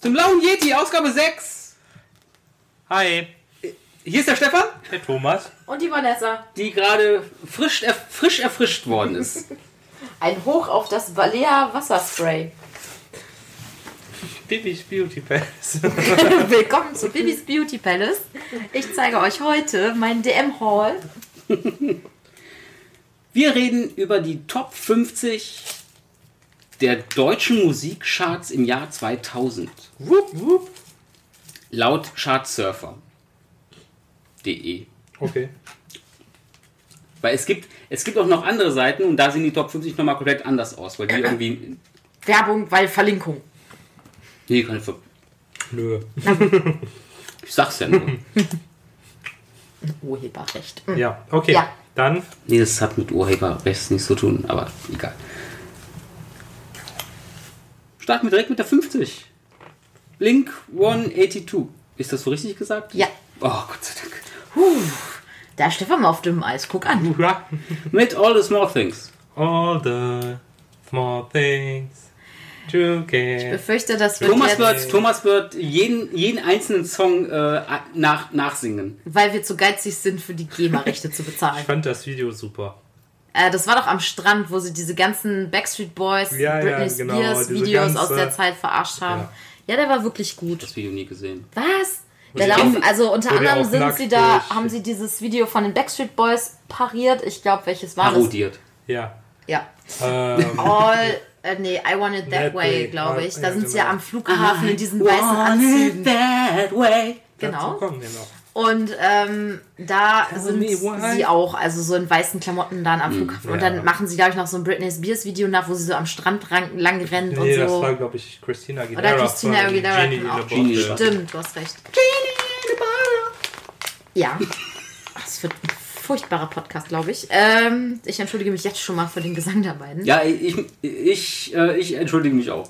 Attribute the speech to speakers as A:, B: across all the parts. A: Zum Blauen Yeti, Ausgabe 6.
B: Hi,
A: Hier ist der Stefan,
B: der Thomas.
C: Und die Vanessa.
A: die gerade frisch, erf frisch erfrischt worden ist.
C: Ein Hoch auf das Balea Wasserspray.
B: Bibis Beauty Palace.
C: Willkommen zu Bibis Beauty Palace. Ich zeige euch heute meinen DM-Haul.
A: Wir reden über die Top 50 der deutschen Musikcharts im Jahr 2000.
B: wupp, wupp.
A: Laut Chartsurfer.de.
B: Okay.
A: Weil es gibt, es gibt auch noch andere Seiten und da sehen die Top 50 nochmal komplett anders aus, weil die irgendwie.
C: Werbung, weil Verlinkung.
A: Nee, keine Ver
B: Nö.
A: Ich sag's ja nur.
C: Oh, Urheberrecht.
B: Ja, okay.
C: Ja.
B: Dann
A: nee, das hat mit Urheberrecht nichts zu tun, aber egal. Starten wir direkt mit der 50. Link 182. Ist das so richtig gesagt?
C: Ja.
A: Oh, Gott sei Dank.
C: Da ist Stefan mal auf dünnem Eis. Guck an.
B: ja.
A: Mit All the Small Things.
B: all the small things together.
C: Befürchte, das wird
A: Thomas
C: jetzt,
A: wird, Thomas wird jeden, jeden einzelnen Song äh, nach, nachsingen.
C: weil wir zu geizig sind, für die GEMA-Rechte zu bezahlen.
B: Ich fand das Video super.
C: Äh, das war doch am Strand, wo sie diese ganzen Backstreet Boys,
B: Ja, ja,
C: Britney
B: genau,
C: Spears
B: diese
C: Videos
B: ganze-
C: aus der Zeit verarscht haben. Ja, der war wirklich gut.
A: Das Video nie gesehen.
C: Was? Der
A: die
C: Lauf,
A: auch-
C: also unter
B: wo die
C: anderem
B: auch
C: sind
B: nackt
C: sie da,
B: durch-
C: haben sie dieses Video von den Backstreet Boys pariert. Ich glaube, welches war das?
A: Parodiert.
B: Ja.
C: Ja.
B: Ähm,
C: All, äh, nee, I Want It That
B: That
C: Way,
B: way,
C: glaube
B: ja,
C: ich. Da
B: ja,
C: sind sie ja
B: genau.
C: am Flughafen in diesen weißen Anzügen.
A: that way.
B: Dazu
C: Genau.
B: kommen wir noch.
C: Und ähm, da sind
B: me why. Hm,
C: sie auch, also so in weißen Klamotten dann am Flughafen. Und
B: ja.
C: dann machen sie, glaube ich, noch so ein Britney Spears Video nach, wo sie so am Strand ran- lang rennen
B: Nee,
C: und
B: das
C: so.
B: war, glaube ich, Christina Aguilera.
C: Oder Christina
B: von
C: Aguilera
B: Genie
C: kann
B: in a
C: auch.
A: Genie in a
B: Bottle.
C: Stimmt, du hast recht. Ja. Ach, Es wird ein furchtbarer Podcast, glaube ich. Ähm, ich entschuldige mich jetzt schon mal für den Gesang der beiden.
A: Ja, ich, ich, äh, ich entschuldige mich auch.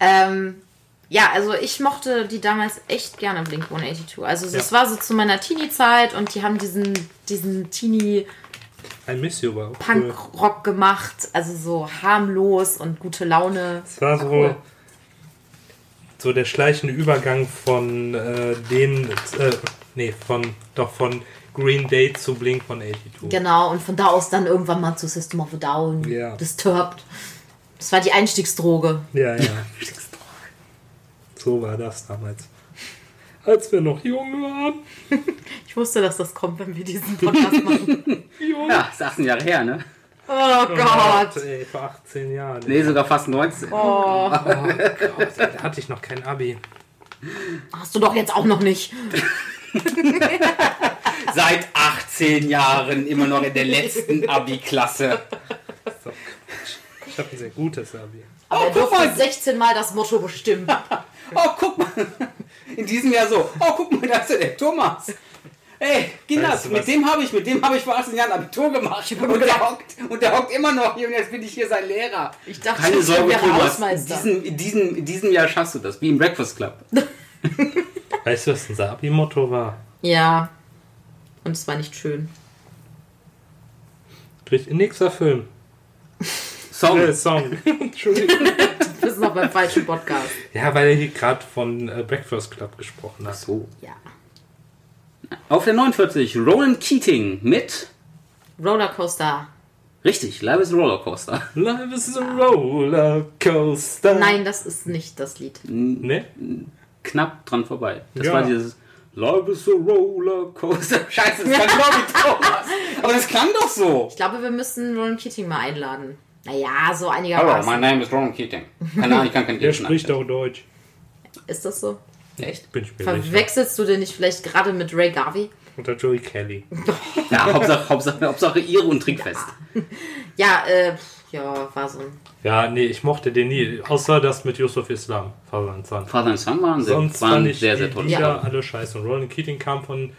C: Ähm, ja, also ich mochte die damals echt gerne Blink 182. Also es
B: Ja.
C: war so zu meiner Teenie-Zeit und die haben diesen, diesen Teenie-Punk-Rock
B: I miss you war auch cool.
C: gemacht. Also so harmlos und gute Laune.
B: Es war so,
C: cool.
B: so der schleichende Übergang von äh, den, äh, nee, von, doch von Green Day zu Blink von 82.
C: Genau, und von da aus dann irgendwann mal zu System of a Down,
B: Ja.
C: Disturbed. Das war die Einstiegsdroge.
B: Ja, ja. so war das damals. Als wir noch jung
C: Oh
B: waren.
C: Ich wusste, dass das kommt, wenn wir diesen Podcast machen.
B: Jung.
A: Ja, ist 18 Jahre her, ne?
C: Oh Gott.
B: Ey, vor 18 Jahren.
A: Nee, sogar fast 19.
C: Oh.
B: Gott, ey, da hatte ich noch kein Abi.
C: Hast du doch jetzt auch noch nicht.
A: Seit 18 Jahren immer noch in der letzten Abi-Klasse.
B: So. Ich habe ein sehr gutes Abi.
C: Aber
A: Oh,
C: er
A: guck mal.
C: durfte 16 Mal das Motto bestimmen.
A: Oh, guck mal. In diesem Jahr so. Oh, guck mal, da ist ja der Thomas. Ey, Kinder,
B: Weißt du was?
A: mit dem habe ich, mit dem habe ich vor 18 Jahren Abitur gemacht. Und der, hockt, und der hockt immer noch hier und jetzt bin ich hier sein Lehrer.
C: Ich dachte,
A: Keine
C: ich
A: Sorge,
C: wäre
A: Thomas. In
C: Hausmeister.
A: diesem, in, diesem, in diesem Jahr schaffst du das, wie im Breakfast Club.
B: Weißt du, was unser Abi-Motto war?
C: Ja. Und es war nicht schön.
B: Durch nächster Film.
A: Song.
B: Äh, Song. Entschuldigung.
C: Das ist noch beim falschen Podcast.
B: Ja, weil er hier gerade von äh, Breakfast Club gesprochen hat.
A: So.
C: Ja.
A: Auf der 49, Roland Keating mit.
C: Rollercoaster.
A: Richtig, Live is a Rollercoaster.
B: Life is a rollercoaster.
C: Nein, das ist nicht das Lied.
B: Ne?
A: Knapp dran vorbei. Das
B: Ja.
A: war dieses Live is a Rollercoaster. Scheiße, das klang genau wie Thomas. Aber das klang doch so.
C: Ich glaube, wir müssen Roland Keating mal einladen. Naja, so
A: Hallo, mein
C: einigermaßen.
A: Name ist Roland Keating. Keine Ahnung, ich kann kein
B: Der
A: Englisch
B: spricht auch Deutsch.
C: Ist das so?
A: Echt?
B: Bin ich mir sicher.
C: Verwechselst du den nicht vielleicht gerade mit Ray Garvey?
B: Unter Joey Kelly.
A: Ja, Hauptsache, Hauptsache, Hauptsache Ihre und Trinkfest.
C: Ja, äh, ja, war so ein.
B: Ja, nee, ich mochte den nie. Außer das mit Yusuf Islam. Fabian Zahn.
A: Vater und Song waren, sehr,
B: Sonst
A: waren
B: fand ich
A: sehr,
B: die
A: sehr toll.
B: Lieder
A: Ja.
B: alle scheiße. Und Roland Keating kam von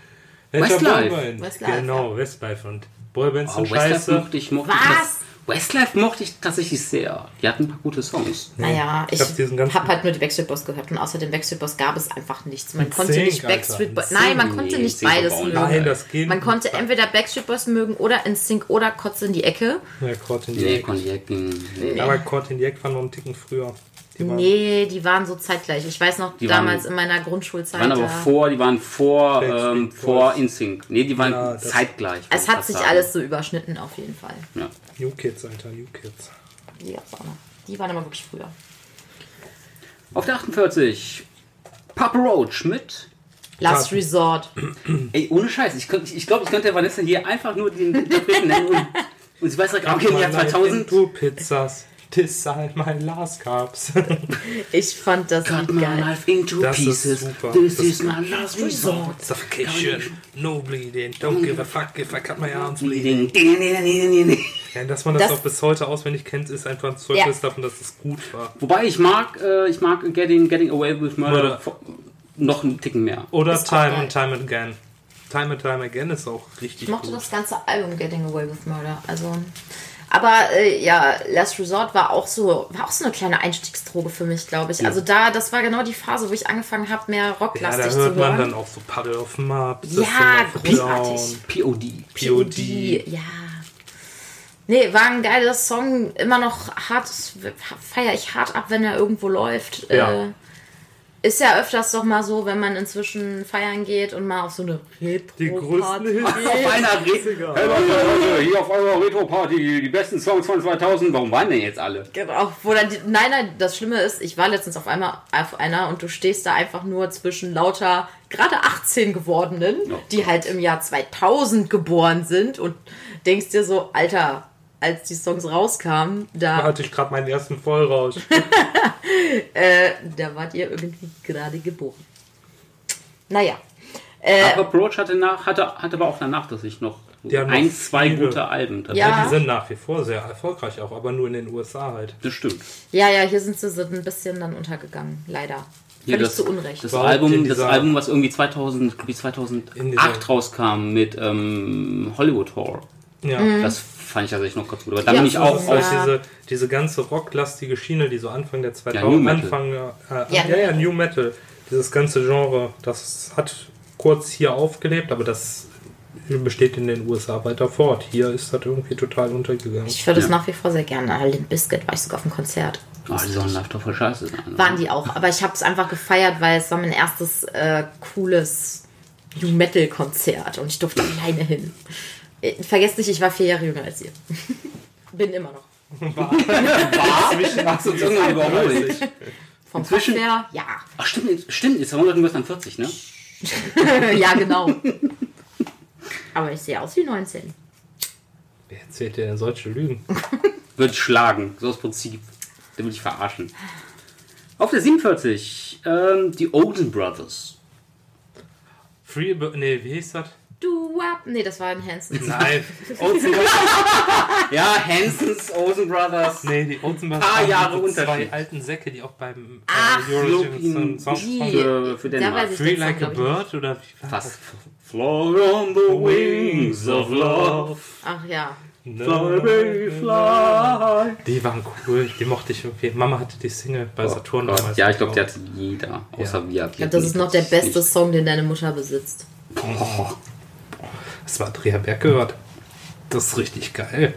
A: Westlife.
B: Boyband.
C: Westlife,
B: genau, Westlife. Und Boybands
A: Oh,
B: sind
A: Westlife
B: scheiße.
A: mochte ich, mochte ich.
C: Was?
A: Westlife mochte ich tatsächlich sehr. Die hatten ein paar gute Songs.
C: Naja, ich,
B: Ich hab diesen ganzen-
C: hab halt nur die Backstreet Boys gehört und außer dem Backstreet Boys gab es einfach nichts. Man
B: Ein
C: konnte
B: Zink,
C: nicht
B: Alter,
C: Backstreet
B: ein
C: Boys. Nein, man
A: Zink.
C: konnte
A: Nee,
C: nicht
A: Zink
C: beides
A: verbauen.
C: mögen.
B: Nein, das geht
C: Man konnte entweder Backstreet Boys mögen oder NSYNC oder Kotze in die Ecke.
B: Ja, Kort in
A: Nee,
B: Jack.
A: Cognac, nee.
B: Aber Kort in Jack war noch einen Ticken früher. Die waren-
C: Nee, die waren so zeitgleich. Ich weiß noch,
A: waren-
C: damals in meiner
A: Die
C: Grundschulzeit.
A: waren aber
C: da-
A: vor, die waren vor,
B: Backstreet
A: ähm,
B: Boys.
A: vor InSync. Nee, die waren
B: Ja, das-
A: zeitgleich. würd
C: es
A: ich
C: hat
A: fast
C: sich
A: sagen.
C: alles so überschnitten auf jeden Fall.
A: Ja.
B: New Kids, Alter, New Kids.
C: Die gab's auch noch. Die waren aber wirklich früher.
A: Auf der 48 Papa Roach mit.
C: Last
B: Ja.
C: Resort.
A: Ey, ohne Scheiß, ich, könnt- ich glaube, ich könnte der Vanessa hier einfach nur den Interpreten nennen und, und sie weiß direkt, okay, im Jahr 2000.
B: Du Pizzas. This are my last cups.
C: Ich fand das
A: Cut
C: Lied
A: my
C: geil.
A: knife into
B: Das ist
A: pieces.
B: super.
A: This
B: Das-
A: is my last resort.
B: Suffocation, no bleeding, don't give a fuck if I cut my arms bleeding.
A: Ding, ding, ding, ding, ding, ding.
B: Ja, dass man das,
C: Das-
B: auch bis heute auswendig kennt, ist einfach ein Zeugnis
C: Ja.
B: davon, dass es gut war.
A: Wobei ich mag, äh, ich mag Getting, Getting Away with Murder
B: Murder.
A: vo- noch einen Ticken mehr.
B: Oder
C: Ist
B: Time
C: doch
B: and Time Again. Time and Time Again ist auch richtig
C: Ich mochte
B: gut.
C: das ganze Album Getting Away with Murder. Also, aber äh, ja, Last Resort war auch so, war auch so eine kleine Einstiegsdroge für mich, glaube ich. Also da, das war genau die Phase, wo ich angefangen habe, mehr
B: ja, da
C: rocklastig zu
B: hört man
C: hören.
B: dann auch so Puddle of Map,
C: Ja, großartig.
A: POD.
B: POD.
C: Ja. Nee, war ein geiler Song. Immer noch hart, feiere ich hart ab, wenn er irgendwo läuft.
B: Ja.
C: Äh, ist ja öfters doch mal so, wenn man inzwischen feiern geht und mal auf so eine
B: Die
C: Oh
B: größten
C: Retro-Party.
B: Hits.
A: Auf einer
B: Egal.
A: Re hier auf eurer Retro-Party, die besten Songs von 2000. Warum waren denn jetzt alle?
C: Genau, wo dann die, nein, nein, das Schlimme ist, ich war letztens auf einmal auf einer und du stehst da einfach nur zwischen lauter gerade 18 gewordenen,
A: Ja.
C: die halt im Jahr 2000 geboren sind und denkst dir so, Alter, als die Songs rauskamen,
B: Da
C: da,
B: hatte ich gerade meinen ersten Vollrausch.
C: da wart ihr irgendwie gerade geboren. Naja, Äh,
A: aber Broach hatte, nach, hatte, hatte aber auch danach, dass ich noch
B: Die haben
A: ein,
B: noch
A: zwei
B: viele.
A: gute Alben. Das,
C: Ja.
B: Die sind nach wie vor sehr erfolgreich auch, aber nur in den USA halt.
A: das stimmt.
C: ja, ja, hier sind sie so ein bisschen dann untergegangen, leider.
A: Ja,
C: Völlig zu Unrecht.
A: Das
B: Überhaupt in
A: Album, das
B: dieser-
A: Album, was irgendwie 2000, glaub ich,
B: In
A: 2008
B: dieser-
A: rauskam mit ähm, Hollywood Horror.
B: Ja.
C: Mhm.
A: Das fand ich tatsächlich noch ganz gut. Aber da
C: Ja,
A: bin ich
C: das
A: auch
C: ist
B: Auch
A: aus.
C: Ja.
B: diese, diese ganze rocklastige Schiene, die so Anfang der
A: Ja, New
B: 2000
A: Metal.
B: Anfang, äh,
C: Ja.
B: ja. ja, ja, New Metal. Dieses ganze Genre, das hat kurz hier aufgelebt, aber das besteht in den USA weiter fort. Hier ist das irgendwie total untergegangen.
C: Ich höre das
A: Ja.
C: nach wie vor sehr gerne. Limp Biscuit war ich sogar auf dem Konzert.
A: Oh, die sollen live doch voll scheiße sein.
C: waren die auch. Aber ich habe es einfach gefeiert, weil es war mein erstes äh, cooles New Metal Konzert und ich durfte alleine hin. Äh, Vergesst nicht, ich war vier Jahre jünger als ihr. Bin immer noch.
A: Ach, so, das ist irgendwann überholt.
C: Vom Kopf
A: Inzwischen-
C: her, ja.
A: Ach, stimmt, stimmt, jetzt haben wir irgendwas an 40, ne?
C: ja, genau. Aber ich sehe aus wie 19.
B: Wer erzählt dir denn solche Lügen?
A: Wird schlagen, so das Prinzip. Da will ich verarschen. Auf der 47, ähm, die Olden Brothers.
B: Free, Bi- nee, wie hieß das?
C: Du ab. Nee, das war ein Hanson.
B: Nein, Olsen Brothers.
A: Ja, Hansons, Olden Brothers.
B: Nee, die Olsen Brothers.
A: Paar
B: waren
A: Jahre
B: diese
A: Unterschied.
B: Zwei alten Säcke, die auch beim
C: Ach,
B: äh, Eurovision
A: Lupin,
B: Song
C: die-
A: Für, für
C: Da weiß
A: Dänemark.
C: ich
B: Free
C: den Song,
B: Like a
C: glaub ich,
B: Bird oder wie war
A: Fast. Fly on the wings of love.
C: nicht. Ach ja.
A: Fly, baby, fly.
B: Ne? Die waren cool, die mochte ich irgendwie. Mama hatte die Single bei Saturn damals.
A: Oh Ja, ich glaube, die hat jeder. Außer wir.
C: Ich glaube, das ist noch der beste Song, den deine Mutter besitzt.
A: Boah.
B: Das war Andrea Berg gehört. Das ist richtig geil.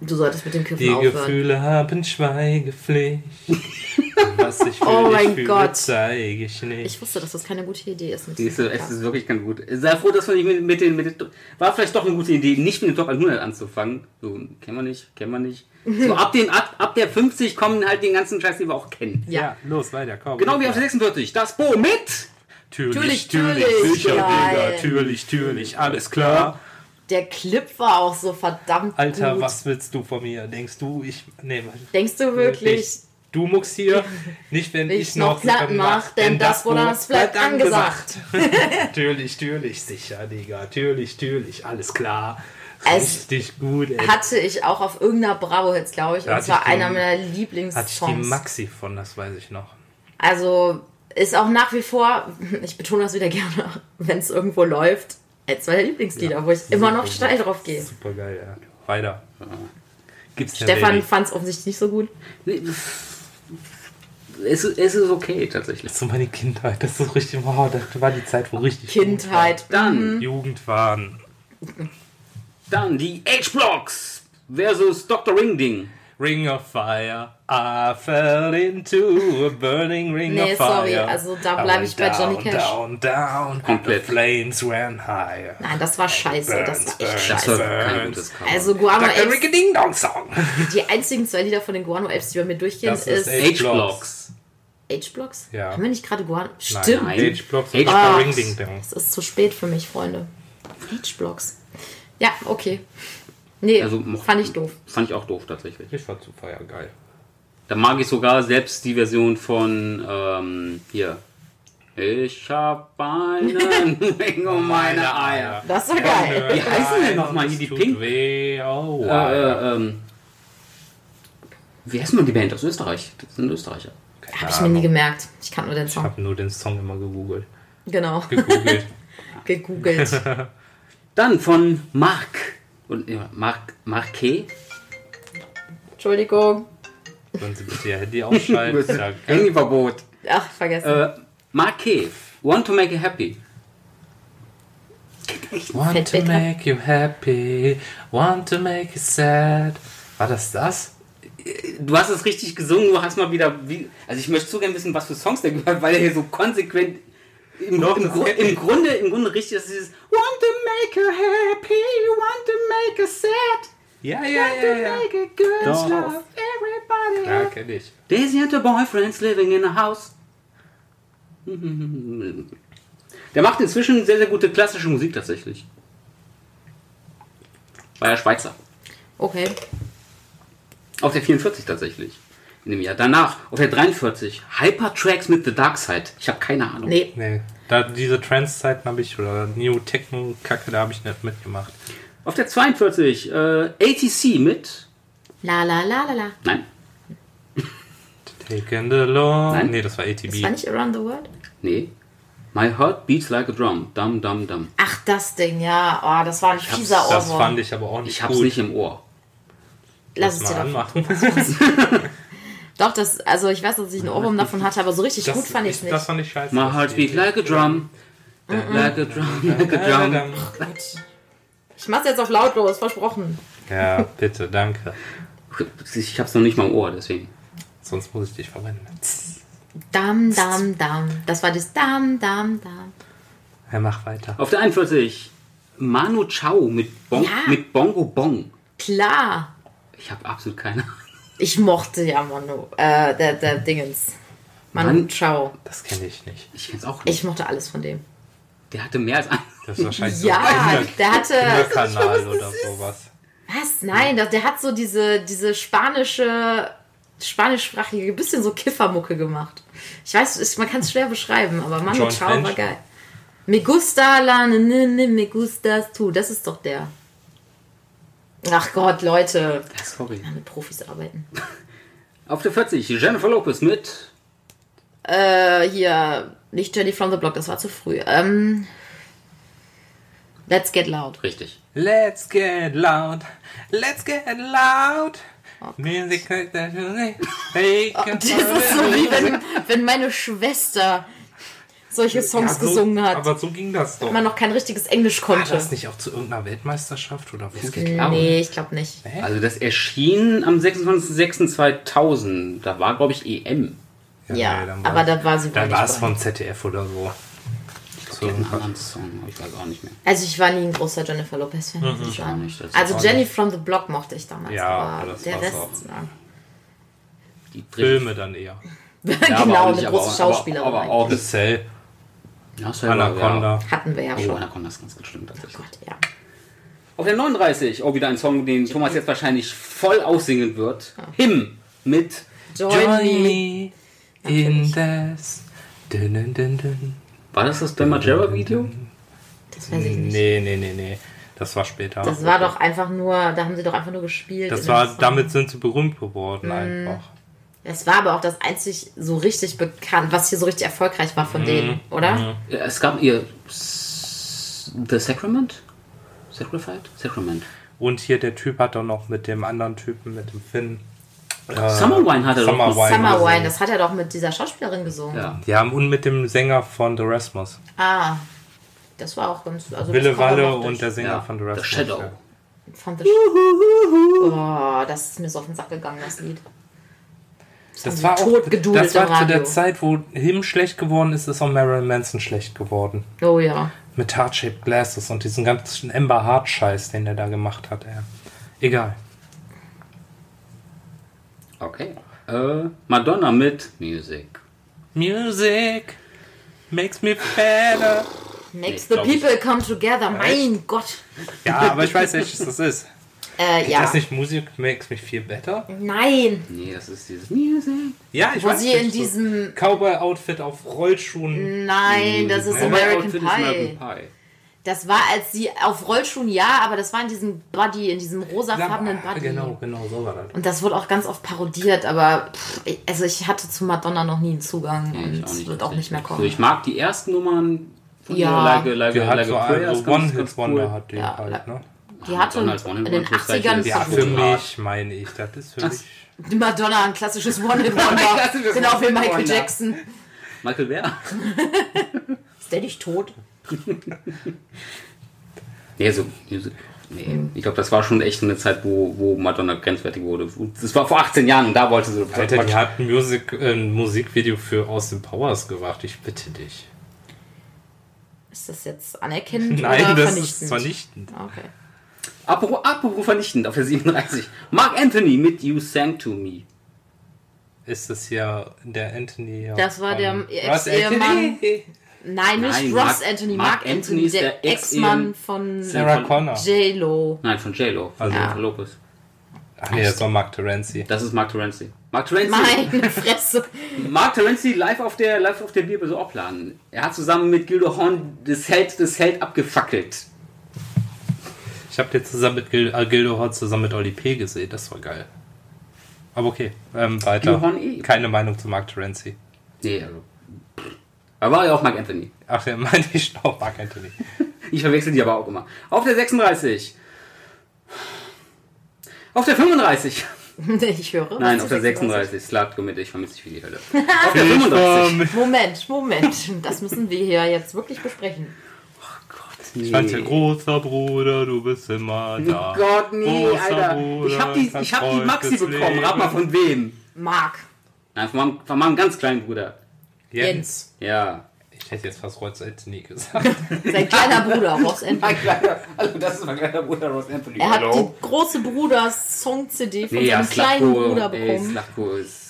C: Du solltest mit dem Kiffen
B: Die
C: aufhören.
B: Gefühle haben Schweigepflicht. Was ich für
C: Oh
B: dich
C: mein
B: fühle,
C: Gott.
B: zeige ich nicht.
C: Ich wusste, dass das keine gute Idee ist. Mit
A: Die ist,
C: diesem
A: es ist
C: Podcast.
A: wirklich ganz gut. Sei froh, dass wir nicht mit, mit den, mit den. War vielleicht doch eine gute Idee, nicht mit den Top 100 anzufangen. So, kennen wir nicht, kennen wir nicht. So, ab, den, ab, ab der 50 kommen halt den ganzen Scheiß, den wir auch kennen.
C: Ja.
B: los, weiter, komm.
A: Genau wie auf der 46. Das Bo mit.
B: Natürlich,
C: Natürlich,
B: natürlich, sicher,
C: nein.
B: Digga, natürlich, natürlich, alles klar.
C: Der Clip war auch so verdammt
B: Alter,
C: gut.
B: was willst du von mir? Denkst du, ich. Nee, was-
C: Denkst du wirklich?
B: Nicht Du muckst hier, nicht wenn
C: Wenn
B: ich, noch
C: platt mach, denn das, woanders bleibt angesagt.
B: Natürlich, natürlich, sicher, Digga. Natürlich, natürlich, alles klar.
C: Es
B: Richtig gut, ey.
C: Hatte ich auch auf irgendeiner bravo hits glaube ich.
B: Da
C: Und
B: hatte
C: zwar
B: ich den-
C: einer meiner
B: Hatte ich die
C: Lieblingssongs.
B: Maxi von, das weiß ich noch.
C: Also ist auch nach wie vor, ich betone das wieder gerne, wenn es irgendwo läuft, eins meiner Lieblingslieder,
B: Ja,
C: wo ich immer noch
B: super.
C: steil drauf gehe.
B: Super geil, ja. Weiter.
A: Gibt's ja
C: Stefan
A: wenig.
C: fand es offensichtlich nicht so gut.
B: Oh,
A: Nee, Es, ist- es ist okay, tatsächlich.
B: Das ist so meine Kindheit. Das ist so richtig, wow, das war die Zeit, wo richtig.
C: Kindheit.
A: Dann,
B: Jugend waren.
A: dann die H-Blocks versus Dr. Ringding.
B: Ring of Fire. I fell into a burning ring
C: Nee,
B: of
C: sorry,
B: fire.
C: also da
B: I
C: bleib
B: went
C: ich bei Johnny
B: down,
C: Cash.
B: Down, down,
A: Komplett.
B: The flames ran higher.
C: Nein, das war scheiße. Das
B: Burns,
C: war echt
A: Das war
C: scheiße.
A: kein gutes Cover.
C: Also Guano
B: Dr.
C: Apes,
B: Ricky Ding Dong Song.
C: die einzigen zwei Lieder von den Guano Apes, die bei mir durchgehen,
B: Das ist
C: ist
A: echt-
B: H-Blocks.
C: H-Blocks.
B: Ja.
C: Haben wir nicht gerade Guano? Stimmt.
A: nein.
B: H-Blocks und
A: H-Blocks.
B: Dr. Ring Ding Dong.
C: Es ist zu spät für mich, Freunde. H-Blocks. Ja, okay. Nee,
A: Also, mo-
C: fand ich doof.
A: Fand ich auch doof, tatsächlich.
B: Ich war zu Feier geil.
A: Da mag ich sogar selbst die Version von ähm, hier. Ich hab einen Ring um meine Eier.
C: Das war geil.
A: Wie heißen denn nochmal hier die
B: Tut
A: Pink?
B: weh, oh, wow.
A: Äh, ähm, wie heißt denn die Band aus Österreich? Das sind Österreicher.
B: Keine
C: Habe ich mir nie
B: Ahnung.
C: gemerkt. Ich kannte nur den
B: Ich
C: Song.
B: habe nur den Song immer gegoogelt.
C: Genau.
B: Gegoogelt.
C: Gegoogelt.
A: Dann von Marc. Und ja, Marc Marquet.
C: Entschuldigung.
B: Können Sie bitte Ihr Handy ausschalten? Danke.
A: Handyverbot.
C: Ach, vergessen.
A: Äh, Marquet. Want to make you happy.
B: Want to
C: Fettbecker.
B: make you happy, want to make you sad. War das das?
A: Du hast es richtig gesungen, du hast mal wieder. Wie, also, ich möchte so gerne wissen, was für Songs der gehört, weil er hier so konsequent. Im,
B: Doch,
A: im,
B: das
A: Gru-
B: hätte ich.
A: Im Grunde, im Grunde richtig, das ist dieses Want to make her happy, want to make her sad,
B: Ja, ja,
A: want to make her good,
B: Doch.
A: love everybody.
B: Ja, kenn ich.
A: Daisy and her boyfriend's living in a house. Der macht inzwischen sehr, sehr gute klassische Musik tatsächlich. War ja Schweizer.
C: Okay.
A: Auf der 44 tatsächlich. In dem Jahr. Danach, auf der 43, Hypertracks mit The Dark Side. Ich habe keine Ahnung.
C: Nee.
B: Nee, da diese Trance-Zeiten habe ich, oder New Techno-Kacke, da habe ich nicht mitgemacht.
A: Auf der 42, äh, ATC mit.
C: La la la la la.
A: Nein,
B: Taken the long.
A: Nein.
B: Nee, das war
C: Das war
B: ATB.
C: nicht Around the World?
A: nee. My heart beats like a drum. Dum, dum, dum.
C: Ach, das Ding, ja. Oh, das war ein fieser
B: Das
C: Ohrwurm.
B: fand ich aber auch nicht
A: Ich hab's
B: gut.
A: nicht im Ohr.
C: Lass es
B: mal
C: dir doch.
B: anmachen.
C: Doch, das, also ich weiß, dass ich einen Ohrwurm davon hatte, aber so richtig gut fand ich es nicht.
B: Das fand ich scheiße.
A: My heart beats like a drum. Like a drum, like a drum.
C: Ich mach's jetzt auf lautlos, versprochen.
B: Ja, bitte, danke.
A: Ich hab's noch nicht mal im Ohr, deswegen.
B: Sonst muss ich dich verwenden.
C: Dam, dam, dam. Das war das Dam, dam, dam.
B: Ja, mach weiter.
A: Auf der 41, Manu Chao mit, bon
C: Ja.
A: mit Bongo Bong.
C: Klar.
A: Ich habe absolut keine Ahnung.
C: Ich mochte ja Manu, äh, der, der Dingens. Manu,
A: Mann.
C: ciao.
B: Das kenne ich nicht.
A: Ich kenn's auch nicht.
C: Ich mochte alles von dem.
A: Der hatte mehr als ein.
B: Das ist wahrscheinlich so
C: Ja,
B: ein Kinder-
C: der hatte.
B: Kinderkanal oder sowas.
C: Was? Nein, der, der hat so diese, diese spanische, spanischsprachige, bisschen so Kiffermucke gemacht. Ich weiß, ist, man kann es schwer beschreiben, aber Manu,
B: John
C: ciao, war
B: French.
C: geil. Me gusta la ne ne ne, me gustas tu. Das ist doch der. Ach Gott, Leute.
A: Ja, sorry.
C: Ja, mit Profis arbeiten.
A: Auf der 40, Jennifer Lopez mit.
C: Äh, hier, nicht Jenny from the Block, das war zu früh. Ähm, let's get loud.
A: Richtig.
B: Let's get loud. Let's get loud.
C: Oh
B: Music like that. Hey,
C: Das ist Oh, so wie wenn, wenn meine Schwester solche Songs
A: also,
C: gesungen hat,
B: Aber so ging das doch.
C: immer
B: War
C: noch kein richtiges
A: Ah,
C: Englisch konnte.
B: das nicht auch zu irgendeiner Weltmeisterschaft oder
A: geht
B: Fußball?
A: klar,
C: nee, ich glaube nicht.
A: Also das erschien am 26.06.2000. Da war, glaube ich, E EM.
C: Ja,
B: nee, dann
C: aber
B: war's-
C: da war sie wohl
B: Dann
C: nicht
B: war es
C: bei.
B: vom ZDF oder so. So
A: Die hatten einen
B: irgendwas.
A: anderen Song, aber ich weiß auch nicht mehr.
C: Also ich war nie ein großer Jennifer Lopez-Fan, muss ich
A: Mhm. Auch
C: sagen.
A: nicht. Das
C: Also
A: war
C: Jenny from the Block mochte ich damals,
B: Ja, aber
C: aber
B: das
C: der
B: war's
C: Rest...
B: auch.
C: na.
A: die dritte-
B: Filme dann eher.
A: Ja, aber auch
C: genau,
A: nicht,
C: eine
A: aber
C: große
A: auch- aber-
C: Schauspielerin.
A: Aber auch
B: The Cell,
A: Ja, selber,
B: Anaconda.
A: Ja.
C: hatten wir ja
A: Oh,
C: schon.
A: Anaconda ist ganz gut, stimmt tatsächlich.
C: Oh Gott, ja.
A: Auf der 39, oh, wieder ein Song, den Thomas jetzt wahrscheinlich voll aussingen wird. Him mit
C: Join me.
B: in this. Dun, dun, dun, dun.
A: War das das Ben Margera Video?
C: Das weiß ich nicht.
B: Nee, nee, nee, nee. Das war später.
C: Das war doch einfach nur, da haben sie doch einfach nur gespielt.
B: Das
C: in
B: war,
C: dem Song.
B: damit sind sie berühmt geworden
C: Mhm.
B: einfach.
C: Das war aber auch das einzig so richtig bekannt, was hier so richtig erfolgreich war
B: Mhm.
C: von denen, oder?
A: Ja, Es gab ihr S- The Sacrament? Sacrified? Sacrament.
B: Und hier der Typ hat dann noch mit dem anderen Typen, mit dem Finn. Äh,
A: Summer Wine hat er doch
B: Summer
A: gesungen.
B: Wine.
C: Summer Wine,
B: gesungen.
C: das hat er doch mit dieser Schauspielerin gesungen.
A: Ja.
B: Ja, und mit dem Sänger von The Rasmus.
C: Ah, das war auch ganz. Also
B: Wille
C: das Cover
B: Walle
C: mochte ich.
B: und der Sänger
A: ja.
B: von The
A: The
B: Rasmus.
A: Shadow.
B: ja.
C: Von The Sh oh, das ist mir so auf den Sack gegangen, das Lied.
B: Das
C: haben
B: war
C: sie
B: auch,
C: totgedudelt
B: das war
C: im
B: zu der
C: Radio.
B: Zeit, wo Him schlecht geworden ist, ist auch Marilyn Manson schlecht geworden.
C: Oh ja.
B: Mit Heart-Shaped Glasses und diesen ganzen Amber Heart-Scheiß, den er da gemacht hat. Ja. Egal.
A: Okay. Äh, Madonna mit Music.
B: Music makes me better.
C: Makes
A: Nee,
C: the
A: glaub ich.
C: people come together. Mein Gott.
B: Ja, aber ich weiß nicht, was das ist.
C: Äh,
B: Ja.
C: ja.
B: Das nicht Music makes me feel better?
C: Nein.
A: Nee, das ist dieses Music.
B: Ja, ich
C: Wo
B: weiß
C: sie
B: nicht.
C: in
B: so
C: diesem.
B: Cowboy-Outfit auf Rollschuhen.
C: Nein, das ist American
A: Outfit
C: Pie.
A: ist American Pie.
C: Das war, als sie auf Rollschuhen, ja, aber das war in diesem Buddy, in diesem rosafarbenen Buddy.
B: Genau, genau, so war das.
C: Und das wurde auch ganz oft parodiert, aber pff, ich- also ich hatte zu Madonna noch nie einen Zugang
A: Nee,
C: und es wird auch nicht mehr
A: Also
C: kommen.
A: ich mag die ersten Nummern von
C: Ja.
A: ihr, like, a- like,
B: Die
A: a-
B: hat
A: like
B: so
A: a Prayer, ist
B: also
A: ganz- ganz
B: One-Hit-Wonder
A: cool.
B: hat die
C: Ja,
B: halt,
C: la-
B: ne?
C: die hatte
A: Madonna als One-Hit-Wonder
C: in den
A: ist gleich
C: 80ern
A: wieder-
B: Ja,
A: Ach so.
B: für mich meine ich, das ist für
A: Ach so.
B: mich.
C: die Madonna ein klassisches One-Hit-Wonder.
A: Klassisches
C: genau wie Michael
A: One-Hit-Wonder.
C: Jackson.
A: Michael Wer?
C: Ist der nicht tot?
A: Nee, so Music. Nee, ich glaube, das war schon echt eine Zeit, wo, wo Madonna grenzwertig wurde. Und Das war vor 18 Jahren und da wollte sie.
B: Alter, die hat ein, Music, äh, ein Musikvideo für Austin Powers gemacht, ich bitte dich.
C: Ist das jetzt anerkennend
B: Nein,
C: oder
B: das
C: vernichtend?
B: ist vernichtend.
C: Okay.
A: apropos, apropos vernichtend auf der 37. Mark Anthony mit You Sang to Me.
B: Ist das hier der Anthony? ja,
C: Das war
B: von-
C: der
B: Was,
C: Ex-Ehemann.
B: Anthony?
C: Nein, nicht
A: Nein,
C: Ross
A: Mark-
C: Anthony,
A: Mark
C: Mark, Anthony,
A: Anthony
C: der,
A: ist der
C: Ex-Mann
A: Ex-Ehe-
C: von
B: Sarah
A: Von-
B: Connor.
C: J-Lo.
A: Nein, von J-Lo. Also
C: Ja.
A: von Lopez.
B: Ach nee, das war Mark Terenzi.
A: Das ist Mark Terenzi. Mark Terenzi.
C: Meine Fresse.
A: Mark Terenzi live auf der live auf der Bierbörse Oplan. Er hat zusammen mit Gildo Horn das Held das Held abgefackelt.
B: Ich habe den zusammen mit Gil äh, Gildo Horn zusammen mit Oli P. gesehen, das war geil. Aber okay, ähm,
A: Gildo
B: weiter.
A: Horn eh.
B: Keine Meinung zu Mark Terenzi.
A: Nee, also. pff. Aber war ja auch Mark Anthony.
B: Ach, der meinte ich noch Mark Anthony.
A: Ich verwechsel die aber auch immer. Auf der 36. Auf der 35.
C: Ich höre. was
A: Nein,
C: die
A: auf der
C: 36.
A: 36. Slatko mit, ich vermisse dich wie die Hölle. Auf der 35.
C: Moment, Moment. Das müssen wir hier jetzt wirklich besprechen.
B: Ich fand
A: Nee.
B: den großer Bruder, du bist immer da.
A: Oh Gott, nee,
B: Großer
A: Alter. ich
B: Bruder,
A: hab die,
B: kannst
A: ich hab die
B: Freund
A: Maxi
B: des
A: bekommen.
B: Lebens.
A: Rat mal von wem?
C: Mark,
A: Nein, von meinem, von meinem ganz kleinen Bruder.
B: Jens.
C: Jens,
A: Ja.
B: Ich hätte jetzt fast Rolls Anthony gesagt.
C: sein kleiner Bruder, Ross Anthony.
A: Mein kleiner, also das ist mein kleiner Bruder Ross Anthony.
C: Er hat die große Bruder-Song-CD von
A: nee, ja,
C: seinem kleinen
A: Slatko,
C: Bruder
A: ey,
C: bekommen.
A: Slatko ist.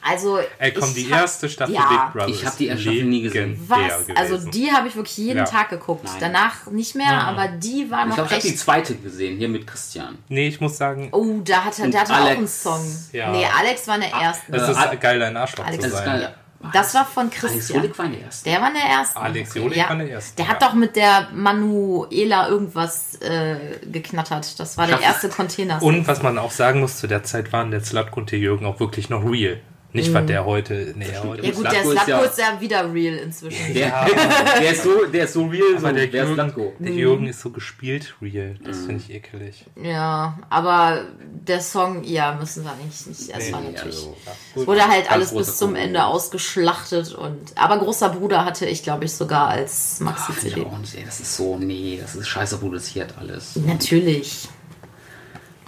C: Also,
B: Ey, komm, die
C: ich hab-
B: erste Staffel
C: ja,
B: Big Brother.
A: ich hab
B: ist
A: die erste Staffel nie gesehen.
B: legendär
C: Was?
B: gewesen.
C: Also die habe ich wirklich jeden
B: Ja.
C: Tag geguckt.
A: Nein.
C: Danach nicht mehr, aber die war
A: Ich glaube,
C: noch
A: ich habe die
C: recht.
A: zweite gesehen, hier mit Christian.
B: Nee, ich muss sagen,
C: Oh, da hatte, da hatte auch einen
A: Alex. Ah, also
C: Song.
B: Ja.
C: Nee, Alex war in der ersten.
B: es
A: Äh, Al-
B: ist geil, ein Arschloch
C: Alex-
B: zu
A: Das ist
B: sein.
A: geil.
C: Das war von
A: Alex
C: Christian.
A: Oleg war der erste.
C: Der war in der ersten.
B: Alex Jolik war in der ersten,
C: Der hat
B: ja.
C: doch mit der Manuela irgendwas äh, geknattert. Das war der
A: Schaff-
C: erste Container.
B: Und was man auch sagen muss, zu der Zeit waren der Slatko und der Jürgen auch wirklich noch real. Nicht,
C: Mhm.
B: was der heute. Nee,
A: stimmt.
B: heute.
C: ja gut, der
A: Slatko ist
C: Slapko
A: ja-
C: ist ja wieder real inzwischen.
A: Der, der, ist so, der ist so real, so
B: Aber der,
A: der ist Mhm.
B: Jürgen,
A: Blanco.
B: der
C: Mhm.
B: Jürgen ist so gespielt real. Das finde ich ekelig.
C: Ja, aber der Song, ja, müssen wir eigentlich nicht. Das war
A: Nee,
C: natürlich.
A: also,
C: Es wurde halt
A: Ganz
C: alles
A: großer
C: bis zum
A: Kuchen.
C: Ende ausgeschlachtet und. Aber großer Bruder hatte ich, glaube ich, sogar als
A: ach, find ich
C: Maxi-CD.
A: auch nicht, ey, das ist so, nee, das ist scheiße produziert alles.
C: Natürlich.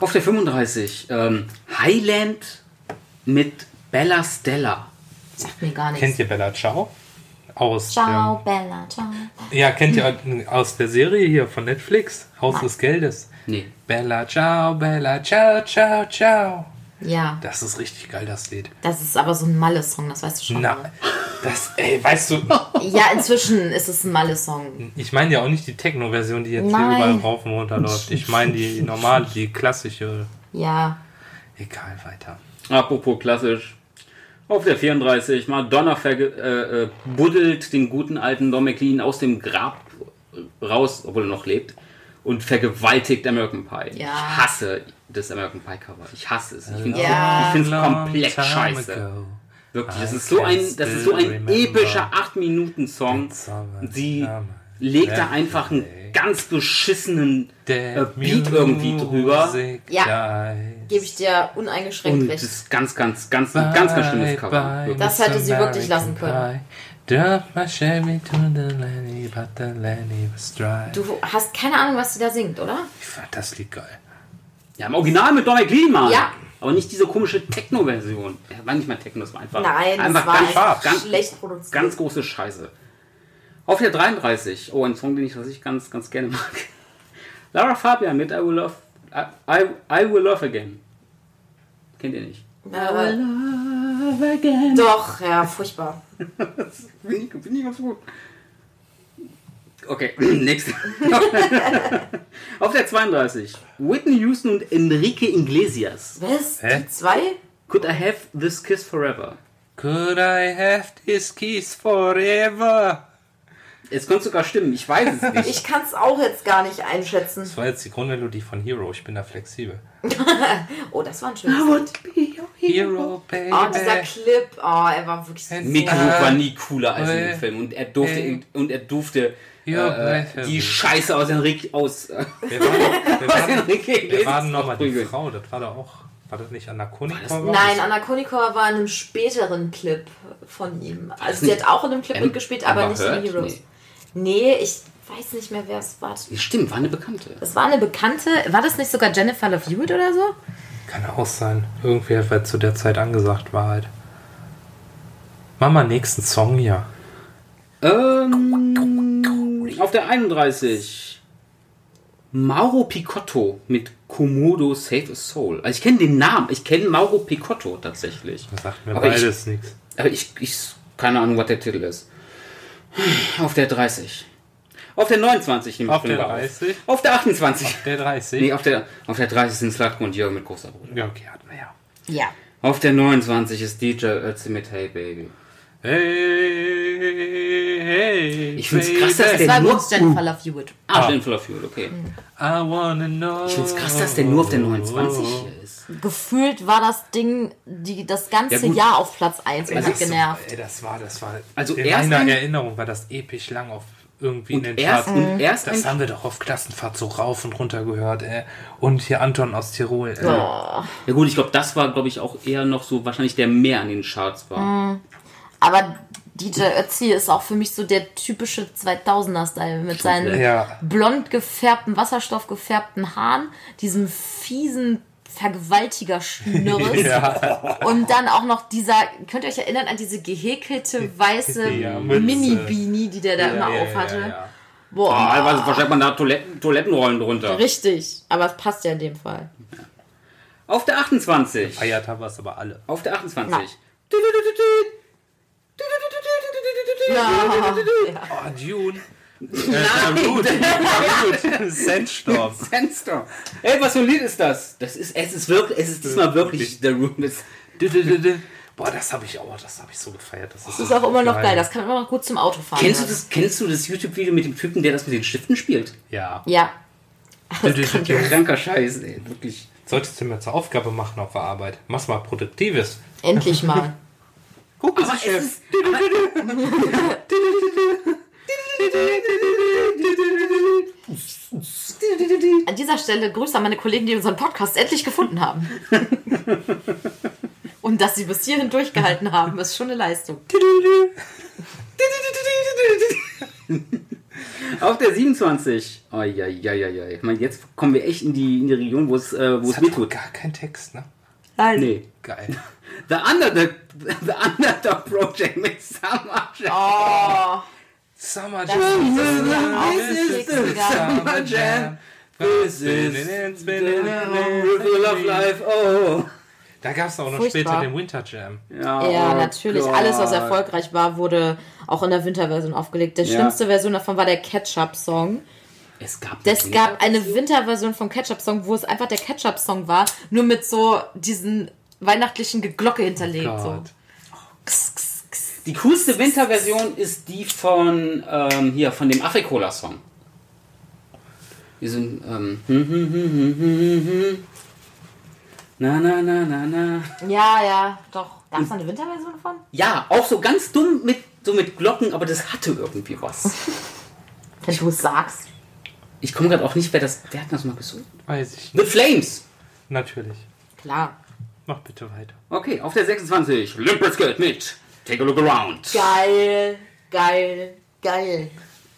A: Auf der 35, ähm, Highland mit Bella Stella.
C: Sagt mir gar nichts.
B: Kennt ihr Bella Ciao? Aus
C: Ciao, Bella, ciao.
B: Der, ja, kennt ihr aus der Serie hier von Netflix? Haus des Geldes.
A: Nee.
B: Bella Ciao, Bella Ciao, Ciao, Ciao.
C: Ja,
B: Das ist richtig geil, das Lied.
C: das ist aber so ein Malle-Song, das weißt du schon.
B: Na,
C: oder?
B: das, ey, weißt du,
C: Ja, inzwischen ist es ein Malle-Song.
B: ich meine ja auch nicht die Techno-Version, die jetzt hier
C: Nein.
B: überall rauf und runter läuft. Ich meine die normale, die klassische.
C: Ja.
B: Egal, weiter.
A: Apropos klassisch. Auf der 34, Madonna verge- äh, äh, buddelt den guten alten Don McLean aus dem Grab äh, raus, obwohl er noch lebt, und vergewaltigt American Pie.
C: Ja.
A: Ich hasse das American Pie Cover. Ich hasse es. Ich finde es
C: Ja.
A: komplett
B: Long time
A: scheiße.
B: ago.
A: Wirklich, das
B: I
A: ist so
B: can
A: ein, das ist so
B: still
A: ein
B: remember
A: epischer 8-Minuten-Song.
B: It's all right.
A: Sie
B: Ja, Mann.
A: legt da einfach einen ganz beschissenen äh, Beat irgendwie drüber.
C: Ja. Gebe ich dir uneingeschränkt
A: Und das
C: recht.
A: ist ganz, ganz, ganz, ein ganz, ganz schlimmes Cover. Wirklich.
C: Das hätte sie wirklich lassen können.
B: Drop my Chevy to the lady, but the lady was dry.
C: Du hast keine Ahnung, was sie da singt, oder?
B: Ich fand das Lied geil.
A: Ja, im Original mit Don McLean, Mann.
C: Ja.
A: Aber nicht diese komische Techno-Version. Ja, war nicht mal Techno, es war einfach.
C: Nein, das
A: einfach
C: war einfach
A: ganz,
C: schlecht produziert.
A: Ganz große Scheiße. Auf der 33. Oh, ein Song, den ich, was ich ganz, ganz gerne mag. Lara Fabian mit I Will Love, I, I, I Will Love Again. Kennt ihr nicht?
C: Aber
A: Love Again.
C: Äh, doch, ja, furchtbar.
A: Finde ich, find ich ganz gut. Okay, nächste. Auf der 32. Whitney Houston und Enrique Iglesias.
C: Was?
B: Hä?
C: Die zwei?
A: Could I have this kiss forever?
B: Could I have these keys forever?
A: Es könnte sogar stimmen, ich weiß es nicht.
C: Ich kann es auch jetzt gar nicht einschätzen.
B: Das war jetzt die Grundmelodie von Hero. Ich bin da flexibel.
C: Oh, das war ein schönes Lied.
B: Hero, baby.
A: ah,
C: Oh, dieser Clip. Oh, er war wirklich so...
B: Hey,
A: Mickey
B: Ah.
A: war nie cooler als in
B: Äh,
A: dem Film und er durfte
B: äh.
A: und er durfte
B: Ja,
A: äh,
B: äh,
A: die Scheiße aus Enrique aus, äh,
B: Wir waren, wir
A: aus
B: waren,
A: Enrique
B: wir
A: Iglesias
B: waren nochmal die
A: prügeln.
B: Frau. Das war doch auch. War das nicht Anna Konikova?
C: Nein, Anna Konikova war in einem späteren Clip von ihm. Also sie
A: nicht-
C: hat auch in einem Clip
A: Amber-
C: mitgespielt, aber
A: Amber
C: nicht in
A: Heard?
C: Heroes.
A: Nee.
C: Nee, ich weiß nicht mehr, wer es war.
A: Ja, Stimmt, war eine Bekannte.
C: Das war eine bekannte. War das nicht sogar Jennifer Love Hewitt oder so?
B: Kann auch sein. Irgendwer, weil zu der Zeit angesagt war halt. Mach mal nächsten Song hier.
A: Ähm, auf der 31. Mauro Picotto mit Komodo Save a Soul. Also ich kenne den Namen, ich kenne Mauro Picotto tatsächlich.
B: Das sagt mir
A: Aber ich-
B: beides nichts.
A: Aber ich, ich, keine Ahnung, was der Titel ist. Auf der 30. Auf der 29 nehme ich
B: Auf
A: schon
B: der
A: mal
B: 30?
A: Auf. auf der 28.
B: Der 30?
A: Nee, auf der, auf der 30 sind Slatko und Jörg mit großer Brust.
B: Ja, okay, hatten wir ja.
C: Ja.
A: Auf der 29 ist DJ Ötzi mit Hey Baby.
B: Hey, hey,
A: Ich find's krass, dass
C: Das
A: der-
C: war
A: nur-
C: übrigens Jennifer Love Hewitt.
A: Ah, Shameful of Fuel, okay.
B: I wanna know.
A: Ich find's krass, dass der nur auf der 29
B: Oh.
A: hier ist.
C: Gefühlt war das Ding die, das ganze
A: Ja, gut.
C: Jahr auf Platz 1 und
A: Also
C: hat
A: ist so-
C: genervt.
B: Ey, das war, das war.
A: Also
B: in
A: erst
B: meiner
A: ein-
B: Erinnerung war das episch lang auf irgendwie in
A: Und
B: den
A: erst,
B: Charts.
A: und erst
B: Das
A: ein,
B: haben wir doch auf Klassenfahrt so rauf und runter gehört, ey. Und hier Anton aus Tirol, äh. ey.
A: Ja gut, ich glaube, das war, glaube ich, auch eher noch so wahrscheinlich der mehr an den Charts war.
C: Aber DJ Ötzi ist auch für mich so der typische 2000er-Style mit seinen
B: Ja.
C: blond gefärbten, wasserstoffgefärbten Haaren, diesem fiesen Vergewaltiger-Schnürres und dann auch noch dieser, könnt ihr euch erinnern an diese gehäkelte weiße
B: Ja, Mütze.
C: Mini-Beanie, die der da immer aufhatte? Boah,
A: Normalerweise versteckt man da Toiletten, Toilettenrollen drunter.
C: richtig. Aber es passt ja in dem Fall.
A: Auf der 28.
B: Feiert haben wir es aber alle.
A: Auf der 28.
C: Na. Ja.
B: Oh, Äh, Dune.
A: Nein,
B: Sandstorm.
A: Sandstorm. Ey, was für ein Lied ist das? Das ist, es ist wirklich, es ist diesmal wirklich The Room. Das,
B: Boah, das habe ich auch, das habe ich so gefeiert. Das ist,
C: Das ist auch immer noch geil. Das kann man immer noch gut zum Autofahren.
A: kennst du
C: hören.
A: das, kennst du das YouTube-Video mit dem Typen, der das mit den Stiften spielt?
B: Ja.
C: Ja.
A: Kranker Scheiß, ey, wirklich.
B: Solltest du mir zur Aufgabe machen auf der Arbeit. Mach's mal Produktives.
C: Endlich mal.
B: Guck,
A: Aber es ist,
C: An dieser Stelle Grüße an meine Kollegen, die unseren Podcast endlich gefunden haben. Und dass sie bis hierhin durchgehalten haben, ist schon eine Leistung.
A: Auf der 27. Oh, ja, ja, ja, ja. Ich meine, jetzt kommen wir echt in die, in die Region, wo es äh, wo es
B: das hat doch
A: wehtut.
B: gar keinen Text, ne?
C: Nein.
A: Nee.
B: Geil.
A: The Underdog, the Underdog Project mit Summer Jam.
C: Oh,
B: Summer
C: das ist
B: Jam.
C: das
A: Oh,
C: ist
A: this is
C: das Auswegsliga.
B: Summer Jam.
A: This is the reveal of life. Oh.
B: Da gab's auch noch
C: Furchtbar.
B: später den Winter Jam.
C: Ja,
A: oh
C: natürlich.
A: Gott.
C: Alles, was erfolgreich war, wurde auch in der Winterversion aufgelegt. Die
A: Ja.
C: schlimmste Version davon war der Ketchup-Song.
A: Es gab
C: Es gab eine Winterversion vom Ketchup-Song, wo es einfach der Ketchup-Song war, nur mit so diesen weihnachtlichen Geglocke hinterlegt.
A: Oh
C: so.
B: Gott.
C: Kss, kss, kss.
A: Die coolste Winterversion ist die von ähm, hier von dem Afrikola Song. Wir sind ähm, hm, hm, hm, hm, hm, hm. na na na na na.
C: Ja, ja, doch. Gab es da eine Winterversion von?
A: Ja, auch so ganz dumm mit so mit Glocken, aber das hatte irgendwie was.
C: Wenn du es sagst.
A: Ich komme gerade auch nicht, wer das. Wer hat das mal gesucht?
D: Weiß ich nicht.
A: The Flames!
D: Natürlich.
C: Klar.
D: Mach bitte weiter.
A: Okay, auf der 26. Limp Bizkit mit Take a Look Around.
C: Geil, geil, geil.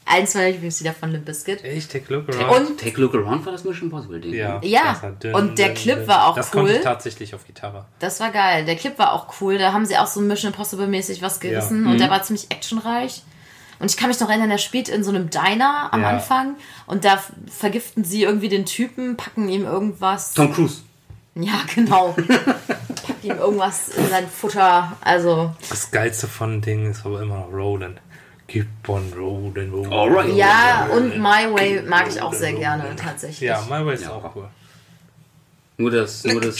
C: Eins meiner Lieblingslieder von Limp Bizkit.
D: Ich take a look around.
C: Und
A: Take a Look Around war das Mission Impossible Ding.
C: Ja,
D: das war dünn,
C: und der
D: dünn,
C: Clip
D: dünn.
C: war auch
D: Das konnte
C: cool.
D: ich tatsächlich auf Gitarre.
C: das war geil. Der Clip war auch cool. Da haben sie auch so Mission Impossible mäßig was gerissen
D: Mhm.
C: und der war ziemlich actionreich. Und ich kann mich noch erinnern, der spielt in so einem Diner am
D: Ja.
C: Anfang und da f- vergiften sie irgendwie den Typen, packen ihm irgendwas.
A: Tom Cruise.
C: Ja, genau. packen ihm irgendwas in sein Futter. Also,
D: Das geilste von Dingen ist aber immer noch Roland. Keep on rolling, rolling.
A: Alright.
D: rolling.
C: ja, und My Way mag ich auch sehr gerne tatsächlich.
D: Ja, My Way ist
A: Ja.
D: auch cool.
A: Nur das, nur das,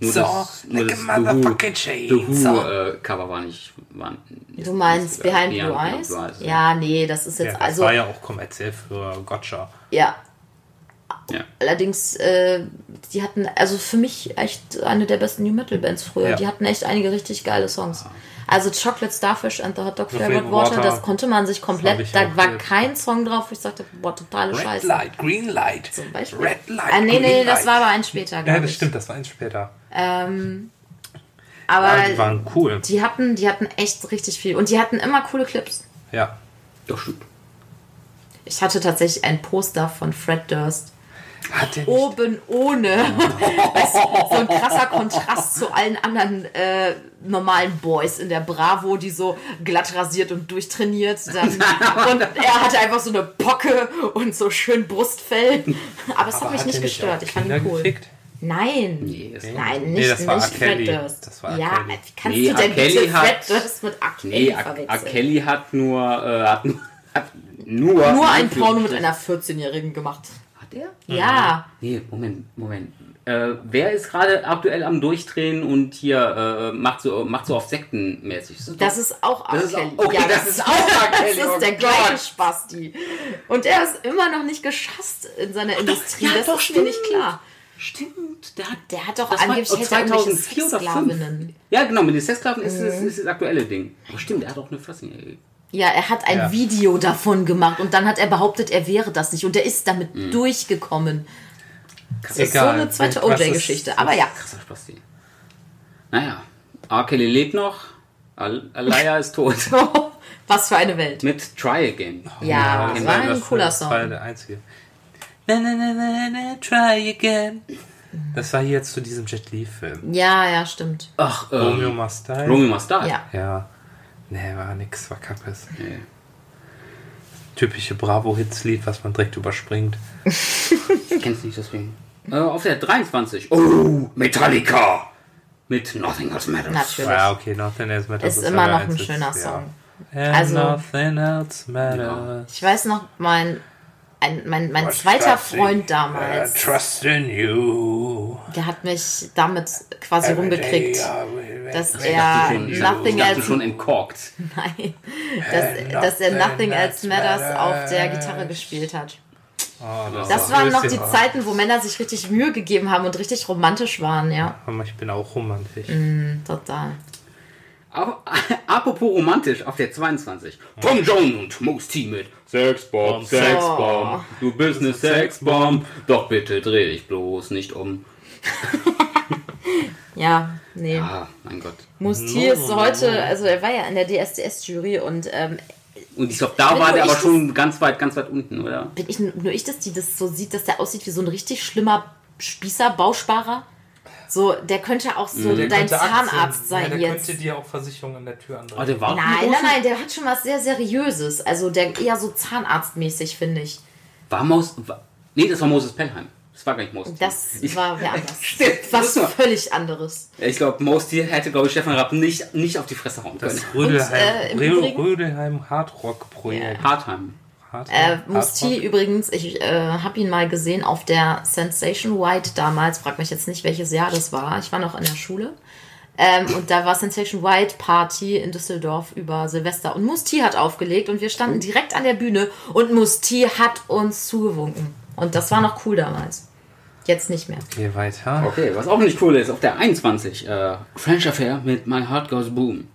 A: nur das, nur das The Who, The Who äh, Cover war nicht, war
C: Du meinst Behind
A: Ja,
C: Blue
A: Behind
C: Eyes?
A: Blue Eyes,
C: Ja, nee, das ist
D: Ja,
C: jetzt
D: das
C: also
D: war ja auch kommerziell für Gotcha.
C: ja.
A: Ja.
C: Allerdings, äh, die hatten, also für mich echt eine der besten New Metal Bands früher.
D: Ja.
C: Die hatten echt einige richtig geile Songs. Also Chocolate Starfish and the Hot Dog
D: The
C: Flavored
D: Flavored
C: Water,
D: Water.
C: das konnte man sich
D: hab ich
C: komplett, da
D: auch
C: war
D: hier.
C: kein Song drauf, wo ich sagte, boah, totale Scheiße.
D: Light, Green Light.
C: Zum Beispiel. ah, nee, nee, das war aber ein später,
D: Ja,
C: glaub
D: das
C: ich. Ähm,
D: stimmt, das war eins später. Aber die
C: Aber
D: waren cool.
C: die hatten, die hatten echt richtig viel. Und die hatten immer coole Clips.
D: Ja.
A: Doch, stimmt.
C: Ich hatte tatsächlich ein Poster von Fred Durst.
D: Hat der nicht,
C: Oben ohne. weißt du, so ein krasser Kontrast zu allen anderen äh, normalen Boys in der Bravo, die so glatt rasiert und durchtrainiert. Dann. Und er hatte einfach so eine Pocke und so schön Brustfell. Aber es hat
D: aber
C: mich
D: hat
C: nicht
D: der auch
C: gestört. Ich fand
D: Kinder
C: ihn cool.
D: gefickt?
C: Nein.
A: Nee, das
C: Nein,
D: Nee,
C: nicht,
D: das war
C: nicht
D: R. Kelly.
C: Fred Durst.
D: Das war R.
C: ja,
D: Kelly.
C: wie kannst
A: Nee,
C: du denn
A: R. Kelly
C: bitte
A: hat-
C: Fred Durst mit R. Kelly
A: Nee, A, A
C: verwechseln?
A: Kelly hat nur, äh, hat, hat nur...
C: Nur ein Porno mit einer 14-Jährigen gemacht.
A: Hat er?
C: Ja.
A: Nee, Moment, Moment. Äh, wer ist gerade aktuell am Durchdrehen und hier äh, macht, so, macht so auf Sektenmäßig? Ist
C: Das
A: doch-
C: ist auch R.
A: Das ist auch-
C: Kelly.
A: okay,
C: ja,
A: das ist auch R. Kelly,
C: Das
A: oh
C: ist der
A: Gott.
C: gleiche Spasti. Und er ist immer noch nicht geschasst in seiner Industrie.
A: ja,
C: das
A: doch,
C: ist mir
A: stimmt.
C: nicht klar.
A: Stimmt, der hat...
C: Der hat doch
A: das war
C: angeblich hätte er irgendwelche
A: 2004 oder 2005.
C: Sexsklavinnen. Mhm.
A: Ja, genau, mit den Sexsklaven ist, das- ist das aktuelle Ding. Aber stimmt, er hat auch eine Fresse.
C: Ja, er hat ein
D: Ja.
C: Video davon gemacht und dann hat er behauptet, er wäre das nicht. Und er ist damit
A: Mhm.
C: durchgekommen. Das ist so
D: Egal.
C: eine zweite
D: Was ist-
C: OJ-Geschichte. Aber ja,
A: Krasser Spasti. Naja, R. Kelly lebt noch, Al- Alaya ist tot.
C: was für eine Welt.
A: Mit Try Again.
C: Ja,
A: das
C: das war
A: war-
C: ein cooler
D: das war
C: Song.
D: der einzige. Na, na, na, na, na, try again. Das war hier jetzt zu diesem Jet Li-Film.
C: Ja, ja, stimmt.
A: Ach, ähm,
D: Romeo
A: Romeo,
D: Must Die.
A: Must Die.
C: Ja.
D: Ja. Nee, war nix, war kackes.
A: Nee.
D: Typische Bravo-Hits-Lied, was man direkt überspringt.
A: Ich kenn's nicht, deswegen. Äh, auf der 23. Oh, Metallica! Mit Nothing Else Matters.
C: Natürlich.
D: Ja, okay, Nothing Else Matters
C: Ist immer
D: aber
C: noch ein
D: eins,
C: schöner
D: ja.
C: Song.
D: And
C: Also-
D: Nothing Else Matters.
C: Ich weiß noch, mein, ein, mein, mein
D: Was
C: zweiter
D: trust in-
C: Freund
D: I
C: damals,
D: trust in you.
C: der hat mich damit quasi rumgekriegt. dass
A: Ich dachte
C: er
A: schon, ich dachte-
C: Nothing
A: ich dachte
C: Else
A: schon entkorkt.
C: Nein, dass, dass er Nothing Else Matters auf der Gitarre gespielt hat. Das waren noch die Zeiten, wo Männer sich richtig Mühe gegeben haben und richtig romantisch waren, ja.
D: Ich bin auch romantisch.
C: Mhm. Total.
A: Auf, apropos romantisch, auf der 22. Tom Jones und Moose T mit Sexbomb,
C: Oh.
A: Sexbomb, du bist eine Sexbomb, doch bitte dreh dich bloß nicht um.
C: Ja, nee.
A: Ah, mein Gott.
C: Musti ist heute, also er war ja in der DSDS-Jury und ähm,
A: Und ich glaube, da
C: Wenn
A: war
C: du
A: der aber
C: echt
A: schon ganz weit, ganz weit unten, oder?
C: bin ich nur ich, dass die das so sieht, dass der aussieht wie so ein richtig schlimmer Spießer, Bausparer. So, der könnte auch so dein Zahnarzt sein
B: der
C: jetzt.
B: könnte dir auch Versicherung an der Tür andrehen.
A: Ah, der war
C: Nein, nein, nein, der hat schon was sehr Seriöses. Also der eher so zahnarztmäßig, finde ich.
A: War Maus. War, nee, das war Moses Pelham. Das war gar nicht Moses.
C: Das
A: ich,
C: war wer anders.
A: Stimmt,
C: Was
A: das war-
C: völlig anderes.
A: Ich glaube, Most hier hätte, glaube ich, Stefan Rapp nicht, nicht auf die Fresse hauen können.
D: Das
C: äh,
D: Rödelheim,
C: im
D: Rö-
C: Übrigen-
D: Rödelheim Hardrock-Projekt.
A: Hartheim.
D: Hardrock,
C: Äh, Musti
D: Hardrock.
C: übrigens, ich äh, habe ihn mal gesehen auf der Sensation White damals. Frag mich jetzt nicht, welches Jahr das war. Ich war noch in der Schule. Ähm, und da war Sensation White Party in Düsseldorf über Silvester. Und Musti hat aufgelegt und wir
A: Oh.
C: standen direkt an der Bühne und Musti hat uns zugewunken. Und das war noch cool damals. Jetzt nicht mehr.
D: Geh weiter.
A: Okay, was auch nicht cool ist, auf der 21. Äh, French Affair mit My Heart Goes Boom.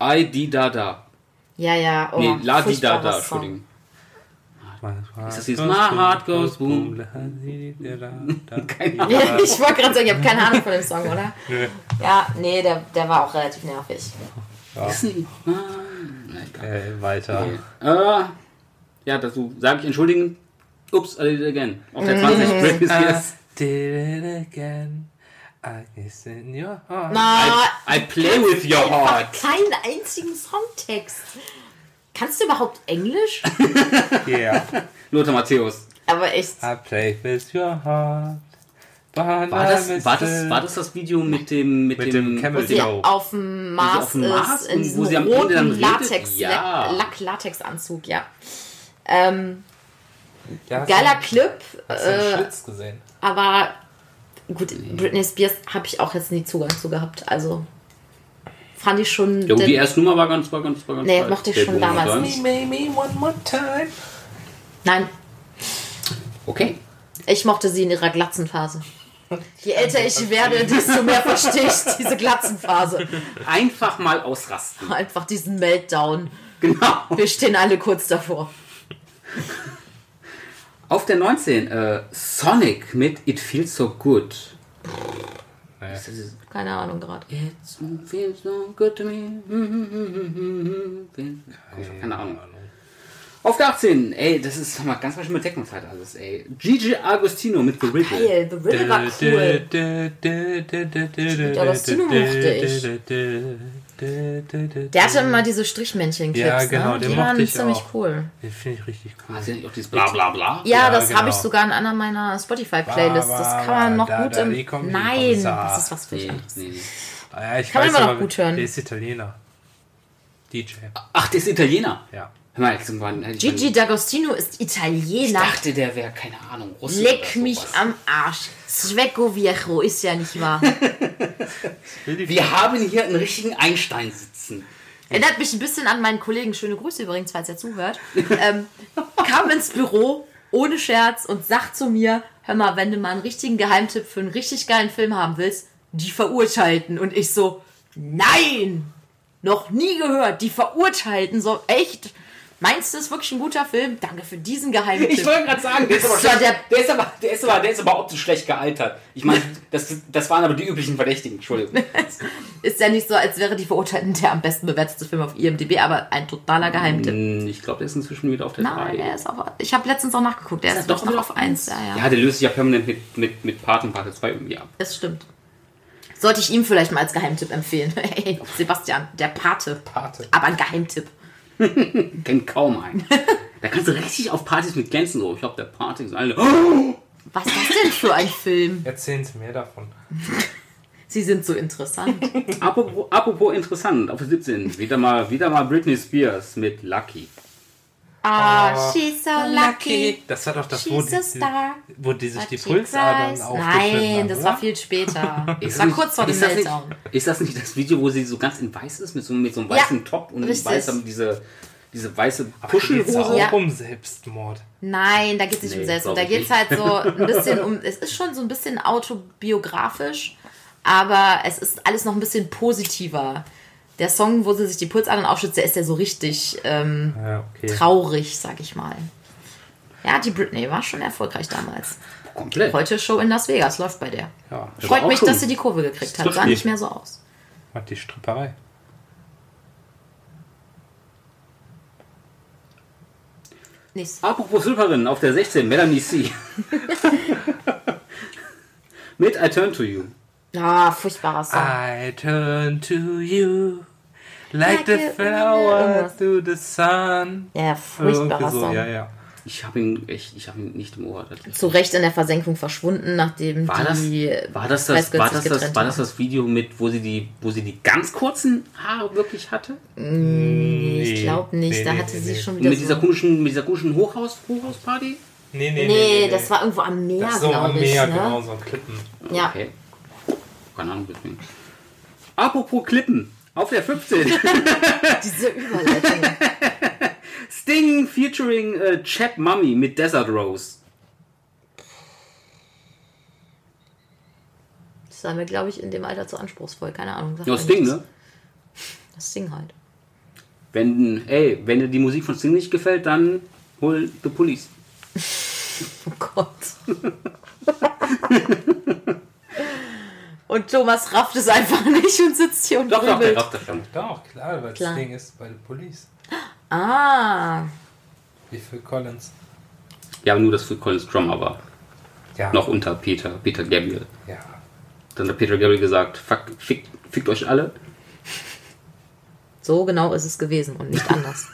A: I di da da.
C: Ja, ja. Oh,
A: Nee, la di da
C: furchtbarer
A: da,
C: Song.
A: Entschuldigung. Ist das dieses My Heart Goes Boom?
D: Keine
C: ich wollte gerade sagen, ich habe keine Ahnung von dem Song, oder? Ja, nee, der, der war auch relativ nervig.
D: Äh, weiter.
A: Äh, ja, dazu sage ich entschuldigen. Ups, I did it again. Auf
C: Mhm.
A: der 20 Previous
C: Äh,
A: Years.
D: I did it again. I guess in your heart.
C: Na,
A: I play with your heart.
C: Äh, keinen einzigen Songtext. Kannst du überhaupt Englisch?
D: Yeah.
A: Lothar Matthäus.
C: Aber echt.
B: Ah,
D: I play with your heart.
A: War das, war, das, war das das Video mit dem mit,
D: Mit
A: dem,
D: dem Camel
A: mit
C: die
D: Genau.
C: auf dem Mars,
A: auf dem Mars
C: ist, in
A: und
C: diesem
A: wo sie am Ende
C: roten
A: dann redet?
C: Latex,
A: Ja.
C: Lack, Latex-Anzug, ja. Ähm,
D: Ja, hast
C: geiler
D: du-
C: Clip,
D: Hast du den
C: äh,
D: Schlitz gesehen?
C: aber gut, Britney Spears habe ich auch jetzt nie Zugang zu gehabt, also fand ich schon...
A: Jo, die
C: den-
A: erste Nummer war ganz, war ganz, war ganz
C: Nee,
A: geil.
C: mochte ich
A: Der
C: schon
A: Bogen
C: damals
A: war-
C: nicht.
D: Maybe one more time.
C: nein,
A: Okay.
C: ich mochte sie in ihrer Glatzenphase. Je älter ich werde, desto mehr verstehe ich diese Glatzenphase.
A: Einfach mal ausrasten.
C: Einfach diesen Meltdown.
A: Genau.
C: Wir stehen alle kurz davor.
A: Auf der 19, äh, Sonic mit It Feels So Good.
D: Naja.
A: Das ist-
C: Keine Ahnung gerade.
A: It feels so good to me. Keine Ahnung. Auf der 18, ey, das ist sag mal ganz verschiedene Techno-Zeit alles, ey. Gigi Agostino mit The Ripple.
C: Geil, The Riddle war cool. Agostino mochte ich. Der hatte immer diese Strichmännchen-Clips,
D: Ja, genau,
C: ne?
D: den
C: Die
D: mochte
C: waren
D: ich
C: ziemlich
D: auch.
C: cool.
D: Den finde ich richtig cool.
A: Hast du nicht auch dieses bla bla bla?
C: Ja,
D: Ja,
C: das habe ich
D: genau.
C: sogar in einer meiner Spotify-Playlists. Das kann man noch
D: Da,
C: gut
D: da,
C: im...
D: die kommen die
C: Nein,
D: Kommissar.
C: das ist was für
A: Nee,
C: mich.
A: nee, nee.
D: Ah, ja, ich
C: Kann man
D: weiß
C: immer noch
D: aber,
C: gut hören.
D: Der ist Italiener. DJ.
A: Ach, der ist Italiener.
D: Ja.
A: Hör mal, jetzt waren, ich
C: Gigi D'Agostino ist Italiener.
A: dachte, der wäre, keine Ahnung, Russe.
C: Leck
A: oder
C: mich
A: sowas.
C: am Arsch. Zwecko Viejo ist ja nicht wahr.
A: Wir haben hier einen richtigen Einstein sitzen.
C: Erinnert mich ein bisschen an meinen Kollegen, schöne Grüße übrigens, falls er zuhört, ähm, kam ins Büro ohne Scherz und sagt zu mir, hör mal, wenn du mal einen richtigen Geheimtipp für einen richtig geilen Film haben willst, die Verurteilten. Und ich so, nein, noch nie gehört, die Verurteilten, so echt. Meinst du, ist wirklich ein guter Film? Danke für diesen Geheimtipp.
A: Ich wollte gerade sagen, der ist, aber
C: Das war
A: schlecht,
C: der-
A: der, ist aber, der, ist aber, der ist aber optisch schlecht gealtert. Ich meine, das, das waren aber die üblichen Verdächtigen, Entschuldigung.
C: Ist ja nicht so, als wäre die Verurteilten der am besten bewertete Film auf IMDb, aber ein totaler Geheimtipp.
A: Hm, Ich glaube, der ist inzwischen wieder auf der
C: Nein,
A: 3.
C: der ist auf, ich habe letztens auch nachgeguckt, der ist,
A: er
C: doch noch auf 1. Ja, ja.
A: Ja, der löst sich ja permanent mit, mit, mit Part und Part 2 irgendwie ab.
C: Das stimmt. Sollte ich ihm vielleicht mal als Geheimtipp empfehlen. Hey, Sebastian, der Pate.
D: Pate.
C: Aber ein Geheimtipp.
A: Kennt kaum einen. Da kannst du richtig auf Partys mit glänzen. So. Ich glaube, der Party ist alle.
C: Was ist das denn für ein Film?
D: Erzählen Sie mehr davon.
C: Sie sind so interessant.
A: Apropos, apropos interessant, auf 17. Wieder mal, wieder mal Britney Spears mit Lucky.
C: Ah, she's so lucky.
D: Das war doch das, wo,
C: She's a
D: die,
C: star.
D: wo die sich
C: but
D: die
C: she
D: Pulsadern
C: cries.
D: aufgeschnitten
C: Nein,
D: haben,
C: das
D: oder?
C: war viel später. Das
A: Ist
C: war
A: nicht-
C: kurz vor dem
A: ist das nicht-
C: Meltdown.
A: Ist das nicht das Video, wo sie so ganz in weiß ist, mit so, mit so einem
C: Ja,
A: weißen Top und
C: richtig.
A: weißem, diese, diese weiße
D: Geht's auch
A: Puschelhose?
C: Ja.
D: um Selbstmord.
C: Nein, da geht es nicht
A: Nee,
C: um Selbstmord. Da
A: glaub
C: geht
A: ich
C: es halt so ein bisschen um. Es ist schon so ein bisschen autobiografisch, aber es ist alles noch ein bisschen positiver. Der Song, wo sie sich die Pulsadern aufschützt, der ist ja so richtig. Ähm,
D: Ja, okay.
C: traurig, sag ich mal. Ja, die Britney war schon erfolgreich damals.
A: Komplett.
C: Heute Show in Las Vegas läuft bei der.
D: Ja,
A: Ja,
C: Freut
A: aber auch
C: mich,
A: schon.
C: dass sie die Kurve gekriegt hat.
D: trifft
C: Sah
D: mich.
C: nicht mehr so aus.
D: macht die Stripperei.
C: Nichts.
A: Apropos Silberin, auf der 16, Melanie C. mit I Turn to You.
C: Ah, furchtbarer Song.
D: I turn to you
C: Like
D: like the
C: a-
D: flower
C: irgendwas.
D: to the sun.
C: Ja, furchtbarer
D: Irgendwie so,
C: Song.
D: ja, ja.
A: Ich habe ihn, ich, ich hab ihn nicht im Ohr. tatsächlich.
C: Zu Recht in der Versenkung verschwunden, nachdem
A: War das,
C: die
A: war, das das,
C: Haskell
A: war,
C: sich
A: das, das,
C: getrennt
A: war das
C: haben.
A: das Video mit, wo sie die, wo sie die ganz kurzen Haare wirklich hatte?
C: Nee, ich glaube nicht.
D: Nee,
C: da
D: nee,
C: hatte
D: nee,
C: sie
D: nee.
C: schon
A: Und
C: wieder.
A: mit dieser
C: so.
A: komischen, mit dieser komischen Hochhaus, Hochhausparty?
C: nee,
D: Nee, nee, nee, nee.
C: das war irgendwo am Meer,
D: das ist so
C: glaube ich.
D: mehr,
C: ne?
D: genau, so ein Klippen.
C: Ja.
A: Okay. Keine Ahnung, deswegen. Apropos Klippen. Auf der 15.
C: Diese Überleitung.
A: Sting featuring äh, Chap Mummy mit Desert Rose.
C: Das war mir, glaube ich, in dem Alter zu anspruchsvoll. Keine Ahnung. sagt
A: Ja,
C: mir
A: Sting,
C: nichts.
A: ne?
C: Das Ding halt.
A: Wenn, ey, wenn dir die Musik von Sting nicht gefällt, dann hol The Police.
C: Oh Gott. und Thomas rafft es einfach nicht und sitzt hier und
A: Doch, doch, der
C: grübelt.
A: rafft das schon.
B: Doch, klar, weil
C: Klar.
B: das Ding ist bei der Police.
C: Ah,
B: Wie viel Collins?
A: Ja, nur, dass Phil Collins Drummer war.
B: Ja.
A: Noch unter Peter, Peter Gabriel.
B: Ja.
A: Dann hat Peter Gabriel gesagt, fuck, fickt, fickt euch alle.
C: so genau ist es gewesen und nicht anders.